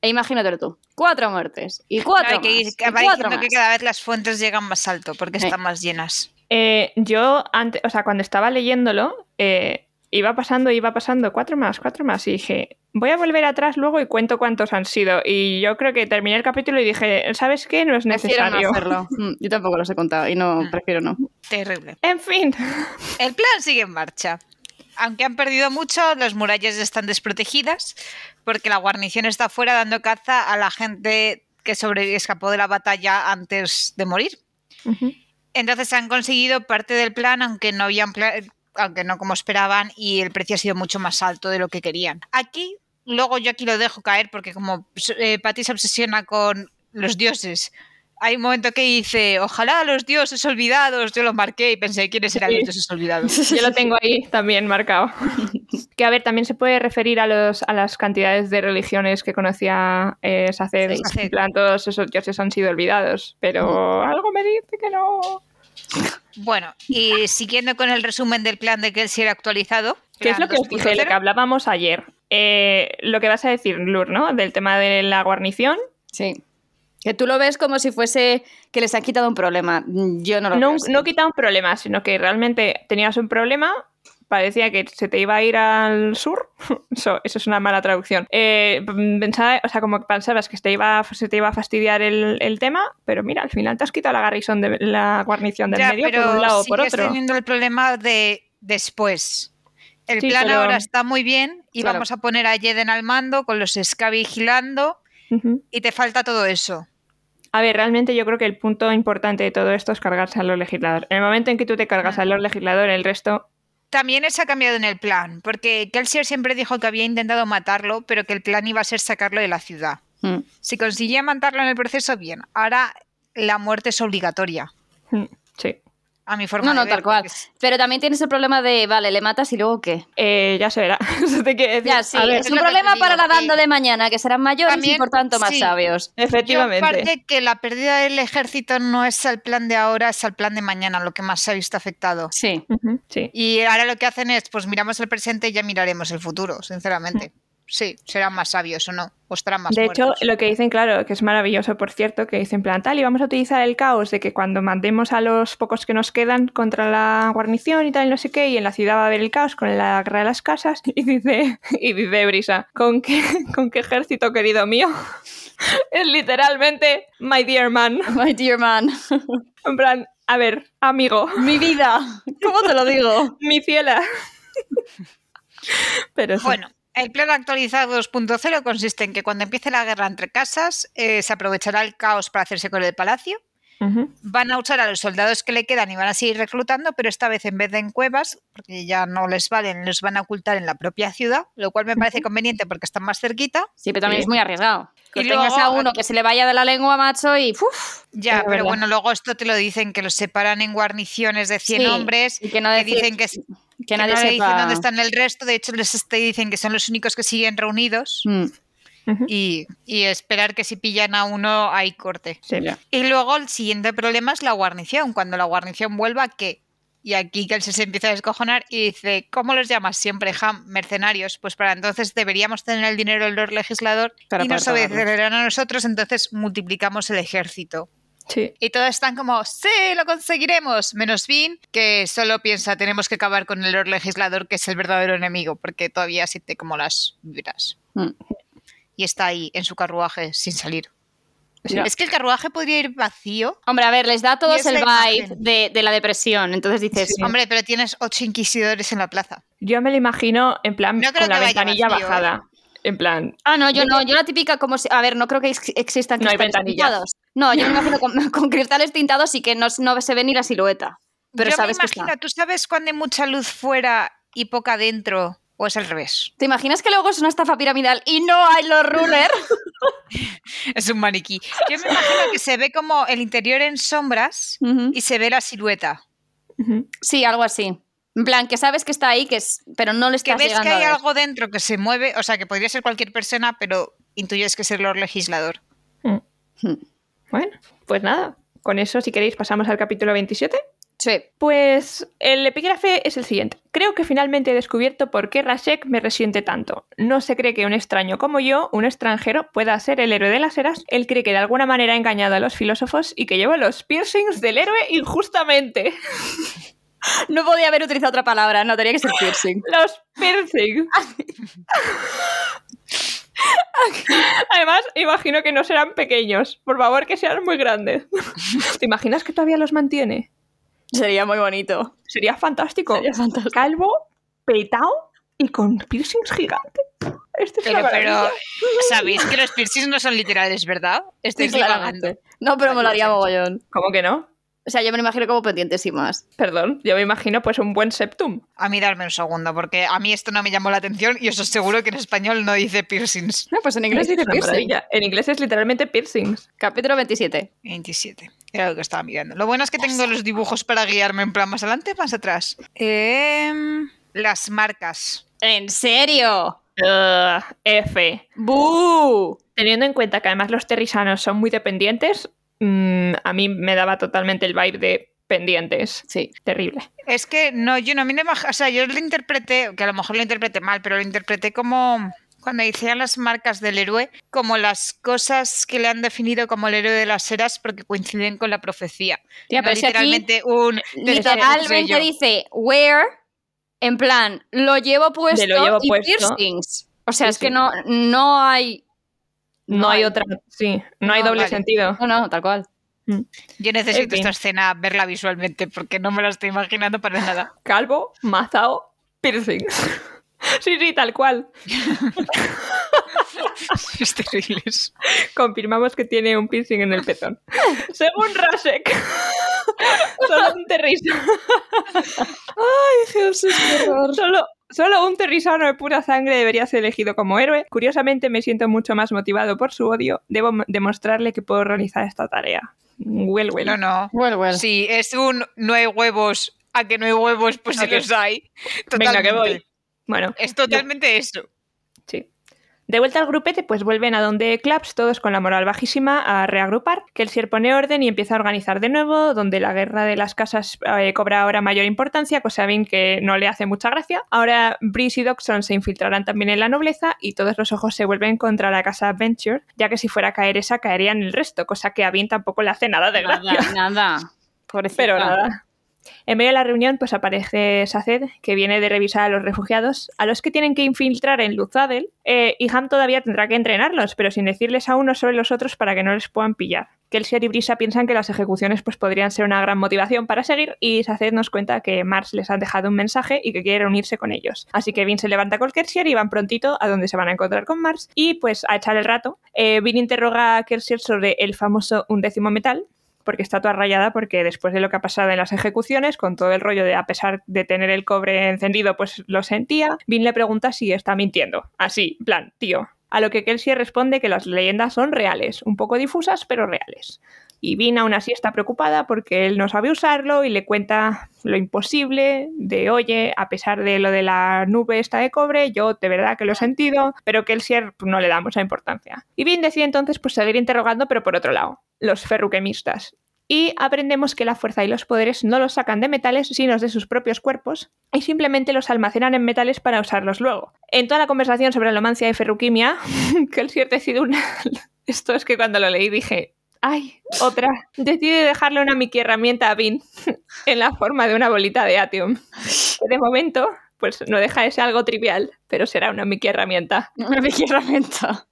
E imagínatelo tú. Cuatro muertes. Y cuatro. Claro, que, más, que y va cuatro diciendo que más. cada vez las fuentes llegan más alto porque Sí. están más llenas. Eh, yo antes, o sea, cuando estaba leyéndolo, eh, iba pasando, iba pasando, cuatro más, cuatro más, y dije, voy a volver atrás luego y cuento cuántos han sido. Y yo creo que terminé el capítulo y dije, ¿sabes qué? No es Prefiero no necesario. hacerlo. Mm, Yo tampoco los he contado y no, Mm. prefiero no. Terrible. En fin. El plan sigue en marcha. Aunque han perdido mucho, las murallas están desprotegidas porque la guarnición está fuera dando caza a la gente que sobre- escapó de la batalla antes de morir. Entonces han conseguido parte del plan, aunque no habían pla- aunque no como esperaban, y el precio ha sido mucho más alto de lo que querían. Aquí, luego yo aquí lo dejo caer, porque como eh, Patty se obsesiona con los dioses, hay un momento que dice, ojalá los dioses olvidados, yo lo marqué y pensé, ¿quiénes eran los Sí. dioses olvidados? Yo lo tengo ahí también marcado. que a ver, también se puede referir a, los, a las cantidades de religiones que conocía eh, Saced. Sí, Saced. En plan, todos esos dioses han sido olvidados, pero algo me dice que no. Bueno, y siguiendo con el resumen del plan de que él sí era actualizado. ¿Qué es lo plan que os dije, lo 2.0, que hablábamos ayer? Eh, lo que vas a decir, Lur, ¿no? Del tema de la guarnición. Sí. Que tú lo ves como si fuese que les han quitado un problema. Mm, Yo no lo No, veo así. no quita un problema, sino que realmente tenías un problema parecía que se te iba a ir al sur. Eso, eso es una mala traducción. Eh, pensaba, o sea, como que pensabas que se te iba, se te iba a fastidiar el, el tema, pero mira, al final te has quitado la garrison de la guarnición del Ya, medio pero por un lado o por sigues otro. teniendo el problema de después. El Sí, plan pero- ahora está muy bien y Claro. vamos a poner a Jeden al mando con los Ska vigilando Ujú. y te falta todo eso. A ver, realmente yo creo que el punto importante de todo esto es cargarse a los legisladores. En el momento en que tú te cargas a los legisladores, el resto También se ha cambiado en el plan, porque Kelsier siempre dijo que había intentado matarlo, pero que el plan iba a ser sacarlo de la ciudad. Mm. Si conseguía matarlo en el proceso, bien. Ahora la muerte es obligatoria, Mm, Sí. a mi forma No, de no, ver, tal cual. porque es- Pero también tienes el problema de, vale, le matas y luego qué. Eh, ya se verá. Eso te quiero decir. Ya, sí, A ver, es es un lo que problema te para digo, la banda sí. de mañana, que serán mayores y También, por tanto más sí. sabios. Yo, efectivamente. aparte, que la pérdida del ejército no es al plan de ahora, es al plan de mañana, lo que más se ha visto afectado. Sí. Ujú, Sí. Y ahora lo que hacen es, pues miramos el presente y ya miraremos el futuro, sinceramente. Sí, serán más sabios o no, o estarán más Mm. De hecho, muertos. lo que dicen, claro, que es maravilloso, por cierto, que dicen, en plan, tal, y vamos a utilizar el caos de que cuando mandemos a los pocos que nos quedan contra la guarnición y tal, y no sé qué, y en la ciudad va a haber el caos con la guerra de las casas, y dice, y dice Brisa, ¿con qué, ¿con qué ejército, querido mío? es literalmente, my dear man. My dear man. En plan, a ver, amigo, Mi vida. ¿Cómo te lo digo? mi ciela. Pero sí. Bueno, el plan actualizado 2.0 consiste en que cuando empiece la guerra entre casas, eh, se aprovechará el caos para hacerse con el palacio. Ujú. Van a usar a los soldados que le quedan y van a seguir reclutando, pero esta vez en vez de en cuevas, porque ya no les valen, los van a ocultar en la propia ciudad, lo cual me parece conveniente porque están más cerquita. Sí, pero también Sí. es muy arriesgado. Que Y tengas luego- a uno que se le vaya de la lengua, macho, y ¡puf! Ya, Es pero verdad. bueno, luego esto te lo dicen, que los separan en guarniciones de 100 Sí, hombres, y que no que decir- dicen que, s- que que nadie no le sepa. dicen dónde están el resto, de hecho les te dicen que son los únicos que siguen reunidos Mm. Ujú. y, y esperar que si pillan a uno hay corte. Sí. Y luego el siguiente problema es la guarnición, cuando la guarnición vuelva, ¿qué? Y aquí que se empieza a descojonar y dice, ¿cómo los llamas siempre, Ham? Mercenarios. Pues para entonces deberíamos tener el dinero del Lord Legislador Para y nos poder pagarlos. obedecerán a nosotros, entonces multiplicamos el ejército. Sí. Y todos están como, sí, lo conseguiremos. Menos Vin, que solo piensa, tenemos que acabar con el Lord Legislador, que es el verdadero enemigo, porque todavía siente como las vibras. Mm. Y está ahí, en su carruaje, sin salir. Ya. Es que el carruaje podría ir vacío. Hombre, a ver, les da a Y todos esa el vibe imagen. de, de la depresión. Entonces dices, Sí. Hombre, pero tienes ocho inquisidores en la plaza. Yo me lo imagino en plan No creo con la que vaya ventanilla vacío, ¿eh? bajada. En plan, Ah, no, yo no, yo la típica como si, a ver, no creo que ex- existan No hay cristales ventanilla. tintados. No, yo me imagino con, con cristales tintados y que no, no se ve ni la silueta. Pero Yo sabes me que imagino, está. ¿tú sabes cuando hay mucha luz fuera y poca dentro? ¿O es al revés? ¿Te imaginas que luego es una estafa piramidal y no hay los ruler? Es un maniquí. Yo me imagino que se ve como el interior en sombras Ujú. y se ve la silueta. ujú, Sí, algo así. En plan, que sabes que está ahí, que es, pero no le que estás ves que llegando a hay ver. algo dentro que se mueve, o sea, que podría ser cualquier persona, pero intuyes que es el Lord Legislador. mm. Hmm. Bueno, pues nada. Con eso, si queréis, pasamos al capítulo 27. Sí. Pues el epígrafe es el siguiente. Creo que finalmente he descubierto por qué Rashek me resiente tanto. No se cree que un extraño como yo, un extranjero, pueda ser el héroe de las eras. Él cree que de alguna manera ha engañado a los filósofos y que lleva los piercings del héroe injustamente. No podía haber utilizado otra palabra, no tenía que ser piercing. Los piercings. Además, imagino que no serán pequeños. Por favor, que sean muy grandes. ¿Te imaginas que todavía los mantiene? Sería muy bonito. Sería fantástico. Sería fantástico. Calvo, petao y con piercings gigantes. Esto es Pero, una pero, maravilla. ¿sabéis que los piercings no son literales, verdad? Estoy Sí, divagando. claramente. No, pero molaría mogollón. ¿Cómo que no? O sea, yo me lo imagino como pendientes y más. Perdón, yo me imagino pues un buen septum. A mí darme un segundo, porque a mí esto no me llamó la atención y os aseguro que en español no dice piercings. No, pues en inglés Es dice una piercing. maravilla. En inglés es literalmente piercings. Capítulo 27. 27. Era lo que estaba mirando. Lo bueno es que tengo los dibujos para guiarme en plan más adelante, más atrás. Em, las marcas. ¿En serio? Ugh, F. ¡Bú! teniendo en cuenta que además los terrisanos son muy dependientes, mm, a mí me daba totalmente el vibe de pendientes. Sí. Terrible. Es que no, yo no, a mí no me- o sea, yo lo interpreté, que a lo mejor lo interpreté mal, pero lo interpreté como cuando decían las marcas del héroe, como las cosas que le han definido como el héroe de las eras porque coinciden con la profecía. Tía, No pero es que aquí literalmente un... literalmente sello. dice where En plan, lo llevo puesto lo llevo y puesto. piercings. O sea, Sí, es que sí. no, no hay... No, hay otra. Sí, no, hay No, doble vale. sentido. No, no, tal cual. Yo necesito En fin. esta escena verla visualmente porque no me la estoy imaginando para nada. Calvo, mazao, piercing. sí, sí, tal cual. es terrible. eso. Confirmamos que tiene un piercing en el pezón. Según Rasek. Solo un terrisano. Ay, Jesús, qué horror. Solo, solo un terrisano de pura sangre debería ser elegido como héroe. Curiosamente, me siento mucho más motivado por su odio. Debo m- demostrarle que puedo realizar esta tarea. Well, well. No, no. Well, well. Si es un no hay huevos a que no hay huevos, pues A sí que- los hay. Venga, que Totalmente. voy. Bueno, Es totalmente eso. Sí. De vuelta al grupete, pues vuelven a donde Claps, todos con la moral bajísima, a reagrupar, que el Sier pone orden y empieza a organizar de nuevo, donde la guerra de las casas eh, cobra ahora mayor importancia, cosa bien que no le hace mucha gracia. Ahora Brice y Doxon se infiltrarán también en la nobleza y todos los ojos se vuelven contra la casa Adventure, ya que si fuera a caer esa, caerían el resto, cosa que a bien tampoco le hace nada de gracia. Nada, nada. Pobrecita. Pero nada. En medio de la reunión, pues aparece Saced, que viene de revisar a los refugiados, a los que tienen que infiltrar en Luzadel, eh, y Ham todavía tendrá que entrenarlos, pero sin decirles a unos sobre los otros para que no les puedan pillar. Kelsier y Brisa piensan que las ejecuciones pues, podrían ser una gran motivación para seguir, y Saced nos cuenta que Mars les ha dejado un mensaje y que quiere unirse con ellos. Así que Vin se levanta con Kelsier y van prontito a donde se van a encontrar con Mars, y pues a echar el rato. Eh, Vin interroga a Kelsier sobre el famoso undécimo metal, porque está toda rayada porque después de lo que ha pasado en las ejecuciones, con todo el rollo de a pesar de tener el cobre encendido, pues lo sentía, Vin le pregunta si está mintiendo. Así, en plan, tío. A lo que Kelsey responde que las leyendas son reales, un poco difusas, pero reales. Y Vin aún así está preocupada porque él no sabe usarlo y le cuenta lo imposible de, oye, a pesar de lo de la nube esta de cobre, yo de verdad que lo he sentido, pero que el Sier pues, no le da mucha importancia. Y Vin decide entonces pues seguir interrogando, pero por otro lado, los ferruquemistas. Y aprendemos que la fuerza y los poderes no los sacan de metales, sino de sus propios cuerpos, y simplemente los almacenan en metales para usarlos luego. En toda la conversación sobre la y ferruquimia, que el Sier decide una... Esto es que cuando lo leí dije, ¡ay! Otra. Decide dejarle una miqui herramienta a Vin en la forma de una bolita de Atium. Que de momento, pues no deja de ser algo trivial, pero será una miqui herramienta Una pequeña herramienta.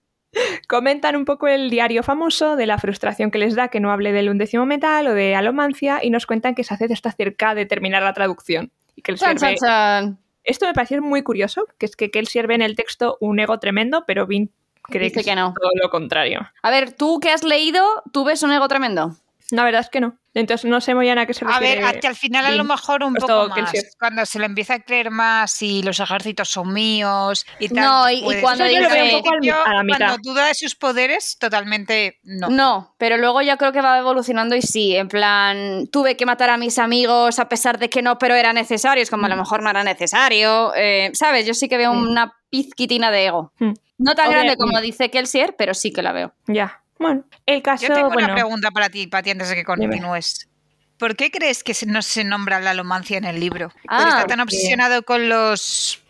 comentan un poco el diario famoso de la frustración que les da que no hable del undécimo metal o de alomancia y nos cuentan que Saced está cerca de terminar la traducción. Y que el Chan, chan, sierve- chan. Esto me pareció muy curioso, que es que él sirve en el texto un ego tremendo, pero Vin cree Dice que, que es no. todo lo contrario. A ver, tú que has leído, tú ves un ego tremendo. La verdad es que no. Entonces no sé muy bien a qué se A refiere. ver, a que al final a lo Vin. mejor un Pues poco todo que el más. cier- Cuando se lo empieza a creer más y los ejércitos son míos y tal. No, y- y puede cuando ser. Yo lo veo un dice- poco al- Yo, a la mitad. Mm, Cuando duda de sus poderes, totalmente no. No. pero luego ya creo que va evolucionando y sí, en plan, tuve que matar a mis amigos a pesar de que no, pero era necesario, es como a lo mejor no era necesario, eh, ¿sabes? Yo sí que veo Mm. una pizquitina de ego. Mm. No tan Ok, grande como mm. dice Kelsier, pero sí que la veo. Ya. Bueno, el caso, Yo tengo bueno, una pregunta para ti, Pati, antes de que Dime. continúes. ¿Por qué crees que se- no se nombra la alomancia en el libro? Ah, Porque está tan porque- obsesionado con los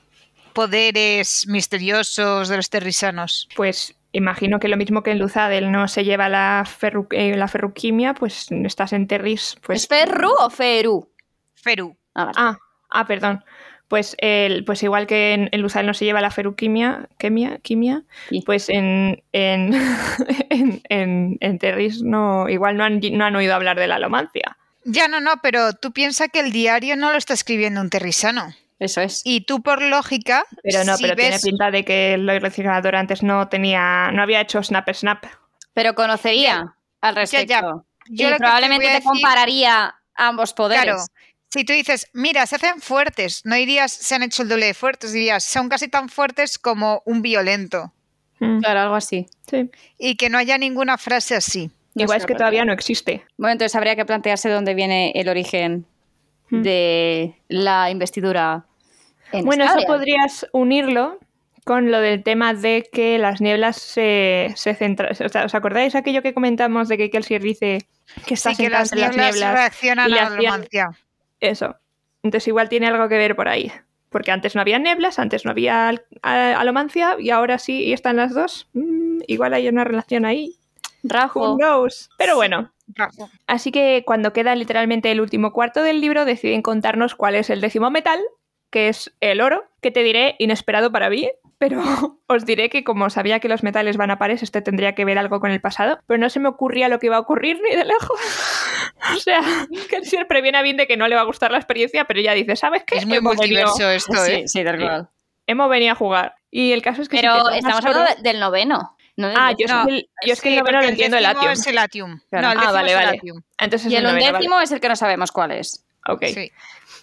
poderes misteriosos de los terrisanos. pues imagino que lo mismo que en Luzadel no se lleva la, ferru- eh, la ferruquimia, pues estás en Terris, pues ¿Es Ferru o Feru? Feru. Ah, vale. Ah, ah, perdón. Pues, el, pues igual que en, en Luzal no se lleva la feruquimia, quimia, quimia Sí. pues en, en, en, en- en Terris no, igual no han, no han oído hablar de la alomancia. Ya, no, no, pero tú piensas que el diario no lo está escribiendo un terrisano. Eso es. Y tú, por lógica, Pero no, si pero tiene ves- pinta de que el reciclador antes no tenía, no había hecho snap snap. Pero conocería al respecto. yo y lo que probablemente voy te a decir- compararía ambos poderes. Claro, si tú dices, mira, se hacen fuertes, no dirías, se han hecho el doble de fuertes, dirías, son casi tan fuertes como un violento. Mm, Claro, algo así. sí. Y que no haya ninguna frase así. Igual sé, es que pero- todavía no existe. Bueno, entonces habría que plantearse dónde viene el origen Mm. de la investidura. en Bueno, eso Stadia. podrías unirlo con lo del tema de que las nieblas se, se centran. O sea, ¿Os acordáis aquello que comentamos de que Kelsier dice que está Así que centrado las en nieblas, reaccionan y a la las nieblas- alomancia. Eso. Entonces igual tiene algo que ver por ahí. Porque antes no había nieblas, antes no había al- a- alomancia y ahora sí y están las dos. Mm, igual hay una relación ahí. Who Rajo. knows? Pero bueno. Rafa. Así que cuando queda literalmente el último cuarto del libro deciden contarnos cuál es el décimo metal, que es el oro, que te diré inesperado para mí, pero os diré que como sabía que los metales van a pares, este tendría que ver algo con el pasado, pero no se me ocurría lo que iba a ocurrir ni de lejos. o sea, que siempre viene a bien de que no le va a gustar la experiencia, pero ya dice, ¿sabes qué? Es muy Hemos venido- multiverso esto, ¿eh? Sí, sí, tal cual. Hemos venido a jugar. Y el caso es que... si te Pero tomas estamos oro- hablando de- del noveno. no del Ah, yo, décimo. es, que el, yo es que el Sí, noveno porque lo entiendo el décimo atium. es el atium. Claro. No, el Ah, décimo vale, es el vale. atium. Entonces Y es el noveno, vale. undécimo es el que no sabemos cuál es. Ok. Sí.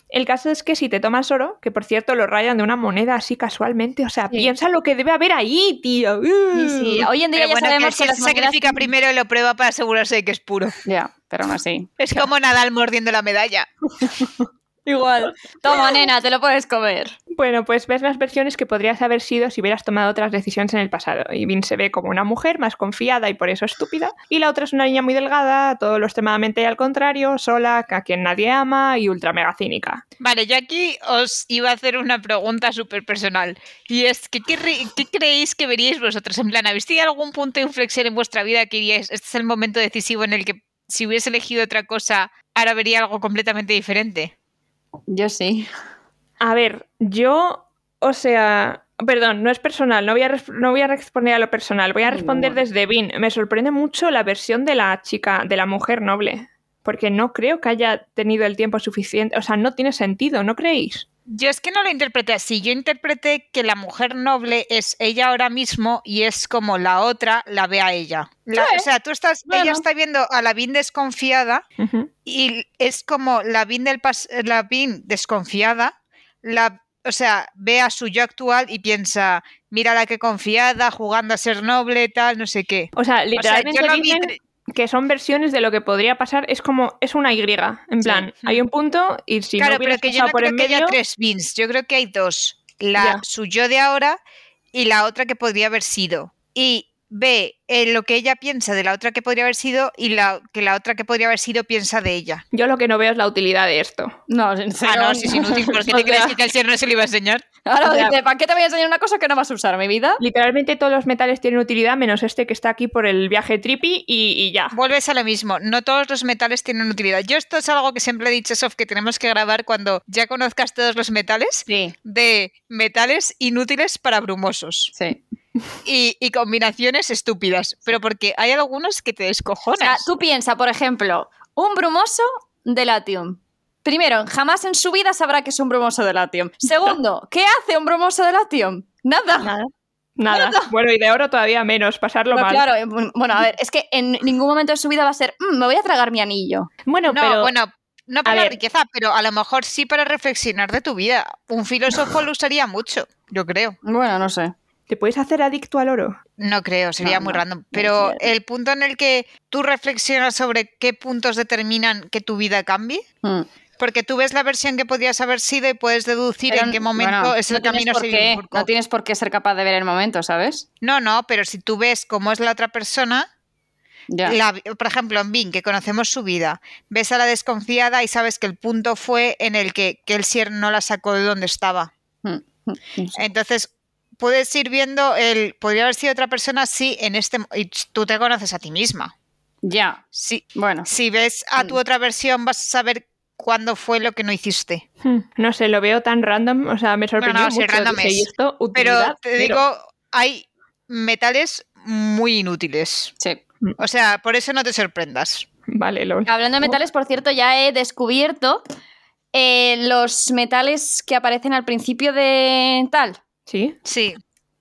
El caso es que si te tomas oro, que por cierto lo rayan de una moneda así casualmente, o sea, Sí. piensa lo que debe haber ahí, tío. Sí, Uh. sí. Hoy en día Pero ya bueno, que sabemos si que se las monedas- sacrifica primero y lo prueba para asegurarse de que es puro. Ya, pero aún así. Es como Nadal mordiendo la medalla. Igual. Toma, nena, te lo puedes comer. Bueno, pues ves las versiones que podrías haber sido si hubieras tomado otras decisiones en el pasado. Y Vin se ve como una mujer más confiada y por eso estúpida. Y la otra es una niña muy delgada, todo lo extremadamente al contrario, sola, a quien nadie ama y ultra mega cínica. Vale, yo aquí os iba a hacer una pregunta súper personal. Y es que, ¿qué, re- qué creéis que veríais vosotros? En plan, ¿habéis tenido algún punto de inflexión en vuestra vida que diríais, este es el momento decisivo en el que si hubiese elegido otra cosa, ahora vería algo completamente diferente? Yo sí. A ver, yo, o sea, perdón, no es personal, no voy a, resp- no voy a responder a lo personal, voy a Ay, responder mamá. desde Vin. Me sorprende mucho la versión de la chica, de la mujer noble, porque no creo que haya tenido el tiempo suficiente, o sea, no tiene sentido, ¿no creéis? Yo es que no lo interpreté así. Yo interpreté que la mujer noble es ella ahora mismo y es como la otra la ve a ella. La- Sí. O sea, tú estás, Bueno. ella está viendo a la Vin desconfiada Ujú. y es como la Vin del pas- eh, la Vin desconfiada, la, o sea, ve a su yo actual y piensa, mira la que confiada, jugando a ser noble, tal, no sé qué. O sea, O sea, literalmente yo no vi dicen tre- que son versiones de lo que podría pasar, es como, es una Y, en plan, hay un punto y si claro, no hubieras pero que yo pasado no por creo en que haya medio, tres Vins, yo creo que hay dos. La Ya. su yo de ahora y la otra que podría haber sido. Y ve eh, lo que ella piensa de la otra que podría haber sido y la que la otra que podría haber sido piensa de ella. yo lo que no veo es la utilidad de esto. No, en serio. Ah, no, si es inútil, ¿por qué te O crees sea, que Kelsier no se lo iba a enseñar? Ahora O sea- dice, ¿para qué te voy a enseñar una cosa que no vas a usar mi vida? Literalmente todos los metales tienen utilidad, menos este que está aquí por el viaje trippy y, y ya. Vuelves a lo mismo, no todos los metales tienen utilidad. Yo esto es algo que siempre he dicho, Sof, que tenemos que grabar cuando ya conozcas todos los metales, Sí, de metales inútiles para brumosos sí. y, y combinaciones estúpidas, pero porque hay algunos que te O sea, descojonas. tú piensa, por ejemplo, un brumoso de latium. Primero, jamás en su vida sabrá que es un brumoso de latium. Segundo, ¿qué hace un brumoso de latium? Nada. Nada. Nada. Bueno, y de oro todavía menos, pasarlo No, mal. claro, eh, bueno, a ver, es que en ningún momento de su vida va a ser, "Mm, me voy a tragar mi anillo. Bueno, no, pero bueno, no para la ver. riqueza, pero a lo mejor sí para reflexionar de tu vida. Un filósofo lo usaría mucho, yo creo. Bueno, no sé. ¿te puedes hacer adicto al oro? No creo, sería No, muy no, random. Pero no. el punto en el que tú reflexionas sobre qué puntos determinan que tu vida cambie, Mm. Porque tú ves la versión que podías haber sido y puedes deducir Pero en qué n- momento Eh, bueno, ese no tienes camino por se qué- bifurcó. No tienes por qué ser capaz de ver el momento, ¿sabes? No, no, pero si tú ves cómo es la otra persona, Ya. la vi- por ejemplo, en Bing, que conocemos su vida, ves a la desconfiada y sabes que el punto fue en el que Kelsier no la sacó de donde estaba. Mm, mm, no sé. Entonces, puedes ir viendo el. Podría haber sido otra persona si en este. mo- Y tú te conoces a ti misma. Ya, Si, bueno. si ves a tu Mm. otra versión, vas a saber cuándo fue lo que no hiciste. Hmm, No sé, lo veo tan random, o sea, me sorprendió no, sí, mucho. random dije, es. "¿Y Pero esto? Utilidad te cero". digo, hay metales muy inútiles. Sí. O sea, por eso no te sorprendas. Vale, lol. Hablando de metales, por cierto, ya he descubierto eh, los metales que aparecen al principio de tal, ¿Sí? Sí,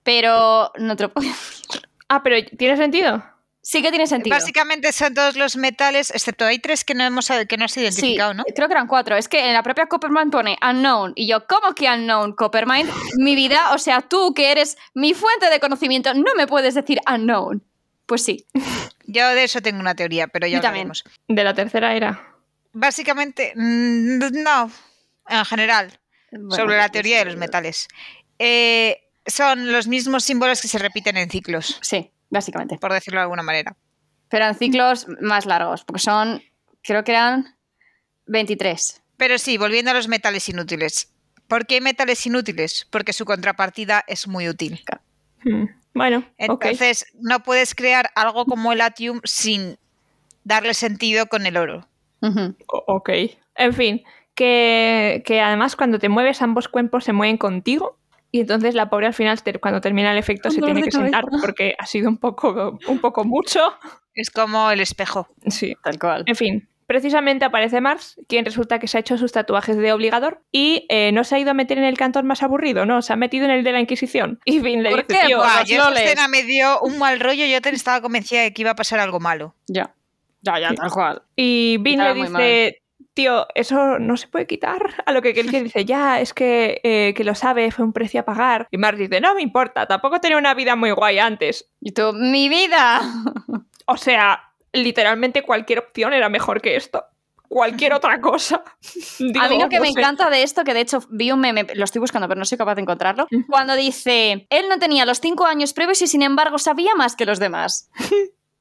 pero no te lo puedo- Ah, pero ¿tiene sentido? Sí que tiene sentido. básicamente son todos los metales, excepto hay tres que no hemos que no has Sí, identificado, ¿no? creo que eran cuatro. Es que en la propia Coppermine pone unknown. Y yo, ¿cómo que unknown, Coppermine? Mi vida, o sea, tú que eres mi fuente de conocimiento, no me puedes decir unknown. Pues sí. Yo de eso tengo una teoría, pero ya Yo también. hablaremos. De la tercera era. Básicamente, mm, no, en general, pues sobre la teoría de los metales. Eh, son los mismos símbolos que se repiten en ciclos, Sí, básicamente. por decirlo de alguna manera. Pero en ciclos más largos, porque son, creo que eran 23. Pero sí, volviendo a los metales inútiles. ¿Por qué hay metales inútiles? Porque su contrapartida es muy útil. Hmm, Bueno, ok. Entonces, no puedes crear algo como el Atium sin darle sentido con el oro. Ujú. O- ok. En fin, que, que además cuando te mueves ambos cuerpos se mueven contigo y entonces la pobre al final te- cuando termina el efecto Un se dolor tiene de que sentar cabeza. porque ha sido un poco, un poco mucho. Es como el espejo. Sí. Tal cual. En fin, precisamente aparece Mars, quien resulta que se ha hecho sus tatuajes de obligador y eh, no se ha ido a meter en el cantón más aburrido, no, se ha metido en el de la Inquisición. Y Finn le ¿Por dice, qué? tío, Por Buah, los yo esta loles. escena me dio un mal rollo. Yo te- estaba convencida de que iba a pasar algo malo. Ya. Ya, ya, tal cual. y Vin Estaba le muy dice, tío, eso no se puede quitar. A lo que él dice, ya, es que, eh, que lo sabe, fue un precio a pagar. Y Mars dice, no me importa, tampoco tenía una vida muy guay antes. Y tú, mi vida. O sea, literalmente cualquier opción era mejor que esto. Cualquier otra cosa. a mí Digo, lo que no me sé. encanta de esto, que de hecho vi un meme, lo estoy buscando, pero no soy capaz de encontrarlo, cuando dice, él no tenía los cinco años previos y sin embargo sabía más que los demás.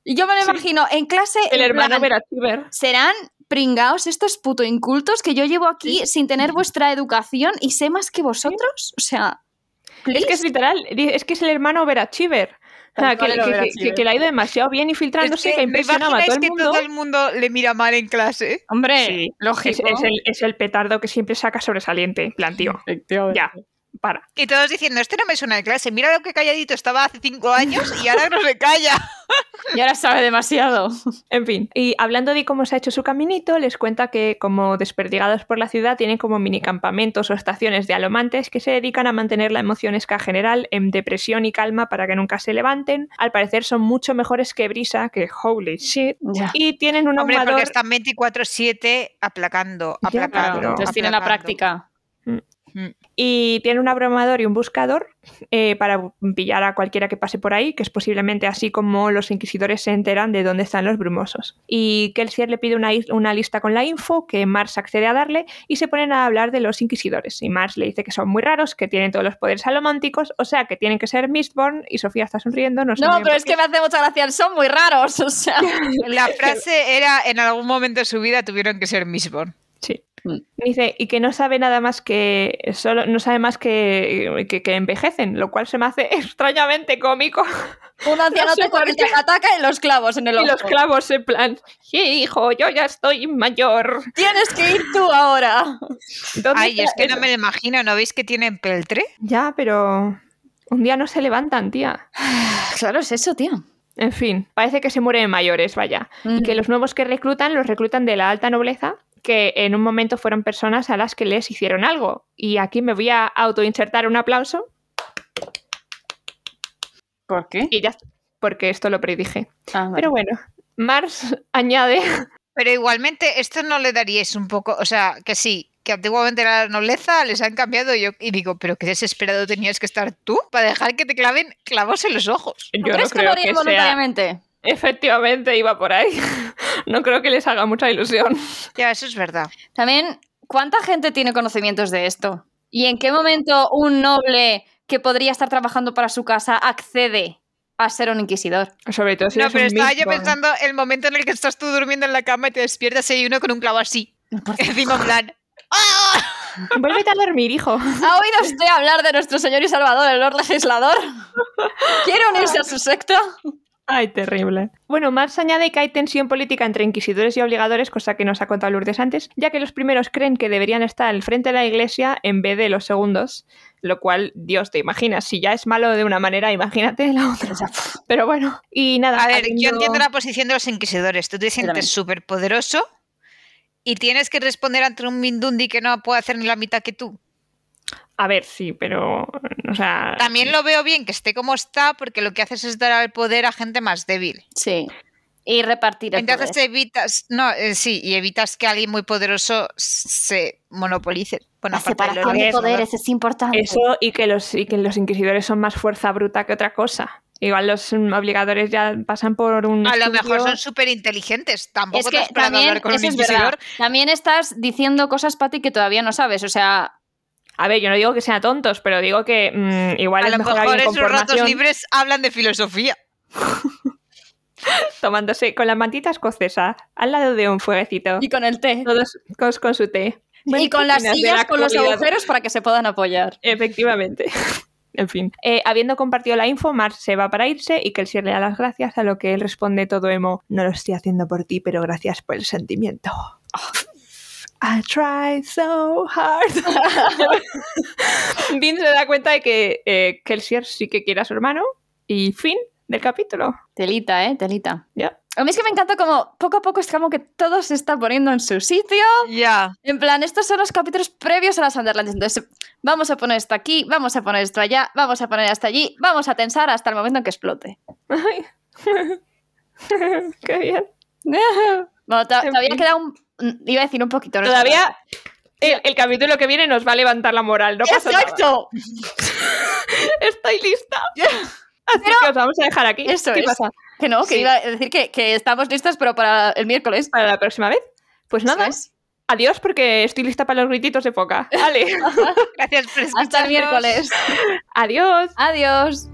Y yo me lo Sí. imagino en clase... El en hermano plan, Verachiver. Serán pringaos estos puto incultos que yo llevo aquí sin tener vuestra educación y sé más que vosotros. O sea... Es que es literal, di- es que es el hermano Verachiver. O sea, Tal que, cual el que- que- overachiever. que le ha ido demasiado bien Es infiltrándose, que, que, ¿me impresionaba a imagináis todo el que mundo. todo el mundo le mira mal en clase? Hombre, Sí. Es, lógico. es el, es el petardo que siempre saca sobresaliente, en plan, tío, ya, para. Y todos diciendo, este no me suena de clase. Mira lo que calladito estaba hace cinco años y ahora no se calla. Y ahora sabe demasiado. En fin, y hablando de cómo se ha hecho su caminito, les cuenta que como desperdigados por la ciudad tienen como minicampamentos o estaciones de alomantes que se dedican a mantener la emoción esca general en depresión y calma para que nunca se levanten. Al parecer son mucho mejores que Brisa, que holy shit. Ya. Y tienen un Hombre, ahumador- porque están 24-7 aplacando, Ya, aplacando. claro. Entonces tienen la aplacando. práctica. y tiene un abrumador y un buscador eh, para bu- pillar a cualquiera que pase por ahí, que es posiblemente así como los inquisidores se enteran de dónde están los brumosos. Y Kelsier le pide una, is- una lista con la info que Mars accede a darle y se ponen a hablar de los inquisidores. Y Mars le dice que son muy raros, que tienen todos los poderes alománticos, o sea que tienen que ser Mistborn y Sofía está sonriendo, no sé No, muy bien pero por es qué. que me hace mucha gracia. Son muy raros. O sea, La frase era, en algún momento de su vida tuvieron que ser Mistborn. Sí. Mm. Dice, y que no sabe nada más que. solo No sabe más que, que, que envejecen, lo cual se me hace extrañamente cómico. un anciano No sé te por coge, te ataca y los clavos en el Y ojo. los clavos en plan, "Sí, hijo, yo ya estoy mayor. Tienes que ir tú ahora. ¿Dónde Ay, está es que no eso?". me lo imagino. ¿No veis que tienen peltre? Ya, pero un día no se levantan, tía. Claro, es eso, tío. En fin, parece que se mueren mayores, vaya. Mm. Y que los nuevos que reclutan los reclutan de la alta nobleza, que en un momento fueron personas a las que les hicieron algo. Y aquí me voy a autoinsertar un aplauso ¿Por qué? y ya, porque esto lo predije. Pero bueno, Mars añade Pero igualmente, esto no le daríais un poco, o sea, que sí, que antiguamente era la nobleza, les han cambiado yo y digo, pero qué desesperado tenías que estar tú para dejar que te claven clavos en los ojos. Yo no ¿Crees que creo lo que harían sea... voluntariamente? Efectivamente, iba por ahí. No creo que les haga mucha ilusión. Ya, eso es verdad. También, ¿cuánta gente tiene conocimientos de esto? ¿Y en qué momento un noble que podría estar trabajando para su casa accede a ser un inquisidor? Sobre todo si No, eres pero un estaba yo Mistborn. pensando el momento en el que estás tú durmiendo en la cama y te despiertas y hay uno con un clavo así. Encima, en plan. ¡Ah! Vuélvete a dormir, hijo. ¿Ha oído usted hablar de nuestro señor y salvador, el Lord Legislador? ¿Quiere unirse a su secta? Ay, terrible. Bueno, Marx añade que hay tensión política entre inquisidores y obligadores, cosa que nos ha contado Lourdes antes, ya que los primeros creen que deberían estar al frente de la iglesia en vez de los segundos, lo cual, Dios, te imaginas, si ya es malo de una manera, imagínate de la otra. Pero bueno, y nada. A ver, yo habiendo- entiendo la posición de los inquisidores. Tú te también. sientes súper poderoso y tienes que responder ante un Mindundi que no puede hacer ni la mitad que tú. A ver, sí, pero. O sea. También lo veo bien que esté como está, porque lo que haces es dar al poder a gente más débil. Sí. Y repartir el Entonces poder. evitas, no, eh, sí, y evitas que alguien muy poderoso se monopolice. Bueno, La aparte de lo separación que de es, poderes es importante. Eso y que, los, y que los inquisidores son más fuerza bruta que otra cosa. Igual los mm, obligadores ya pasan por un. A lo estudio. mejor son súper inteligentes. Tampoco Es te que has parado a también, hablar con un eso es verdad. inquisidor. También estás diciendo cosas, Pati, que todavía no sabes. O sea, A ver, yo no digo que sean tontos, pero digo que mm, igual A es lo mejor, mejor alguien con esos ratos formación libres hablan de filosofía. tomándose con la mantita escocesa al lado de un fueguecito. y con el té. Todos cos- con, su té. Bueno, Y con ¿qué las opinas de sillas, la con los actualidad? agujeros para que se puedan apoyar. Efectivamente. En fin. Eh, habiendo compartido la info, Mars se va para irse y Kelsier le da las gracias, a lo que él responde todo emo, no lo estoy haciendo por ti, pero gracias por el sentimiento. I tried so hard. Vin se da cuenta de que eh, Kelsier sí que quiere a su hermano y fin del capítulo. Telita, ¿eh? Telita. Ya. A mí es que me encanta como poco a poco es como que todo se está poniendo en su sitio. Ya. En plan, estos son los capítulos previos a las Underlands. Entonces, vamos a poner esto aquí, vamos a poner esto allá, vamos a poner hasta allí, vamos a tensar hasta el momento en que explote. Ay. Qué bien. Bueno, to- En todavía fin. queda un. mm, Iba a decir un poquito. ¿no? Todavía el, el capítulo que viene nos va a levantar la moral. No pasa nada. ¡Exacto! Estoy lista. Así que os vamos a dejar aquí. Eso ¿Qué es. pasa? Que no, que Sí. iba a decir que, que estamos listas, pero para el miércoles. Para la próxima vez. Pues nada, Eso es. adiós porque estoy lista para los grititos de foca. Vale. Gracias Hasta por el escucharnos. miércoles. adiós. Adiós.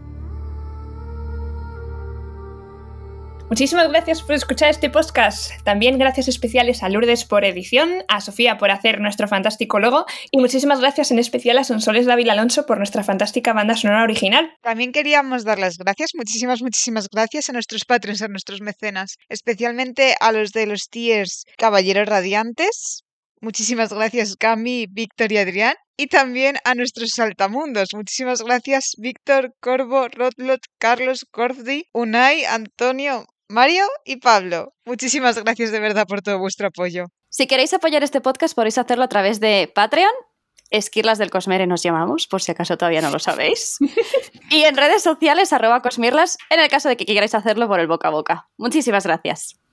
Muchísimas gracias por escuchar este podcast. También gracias especiales a Lourdes por edición, a Sofía por hacer nuestro fantástico logo y muchísimas gracias en especial a Sonsoles David Alonso por nuestra fantástica banda sonora original. También queríamos dar las gracias, muchísimas, muchísimas gracias a nuestros patrons, a nuestros mecenas, especialmente a los de los tiers Caballeros Radiantes. Muchísimas gracias, Cami, Víctor y Adrián. Y también a nuestros saltamundos. Muchísimas gracias, Víctor, Corvo, Rotlot, Carlos, Corfdi, Unai, Antonio, Mario y Pablo. Muchísimas gracias de verdad por todo vuestro apoyo. Si queréis apoyar este podcast, podéis hacerlo a través de Patreon. Esquirlas del Cosmere nos llamamos, por si acaso todavía no lo sabéis. Y en redes sociales, arroba Cosmirlas, en el caso de que queráis hacerlo por el boca a boca. Muchísimas gracias.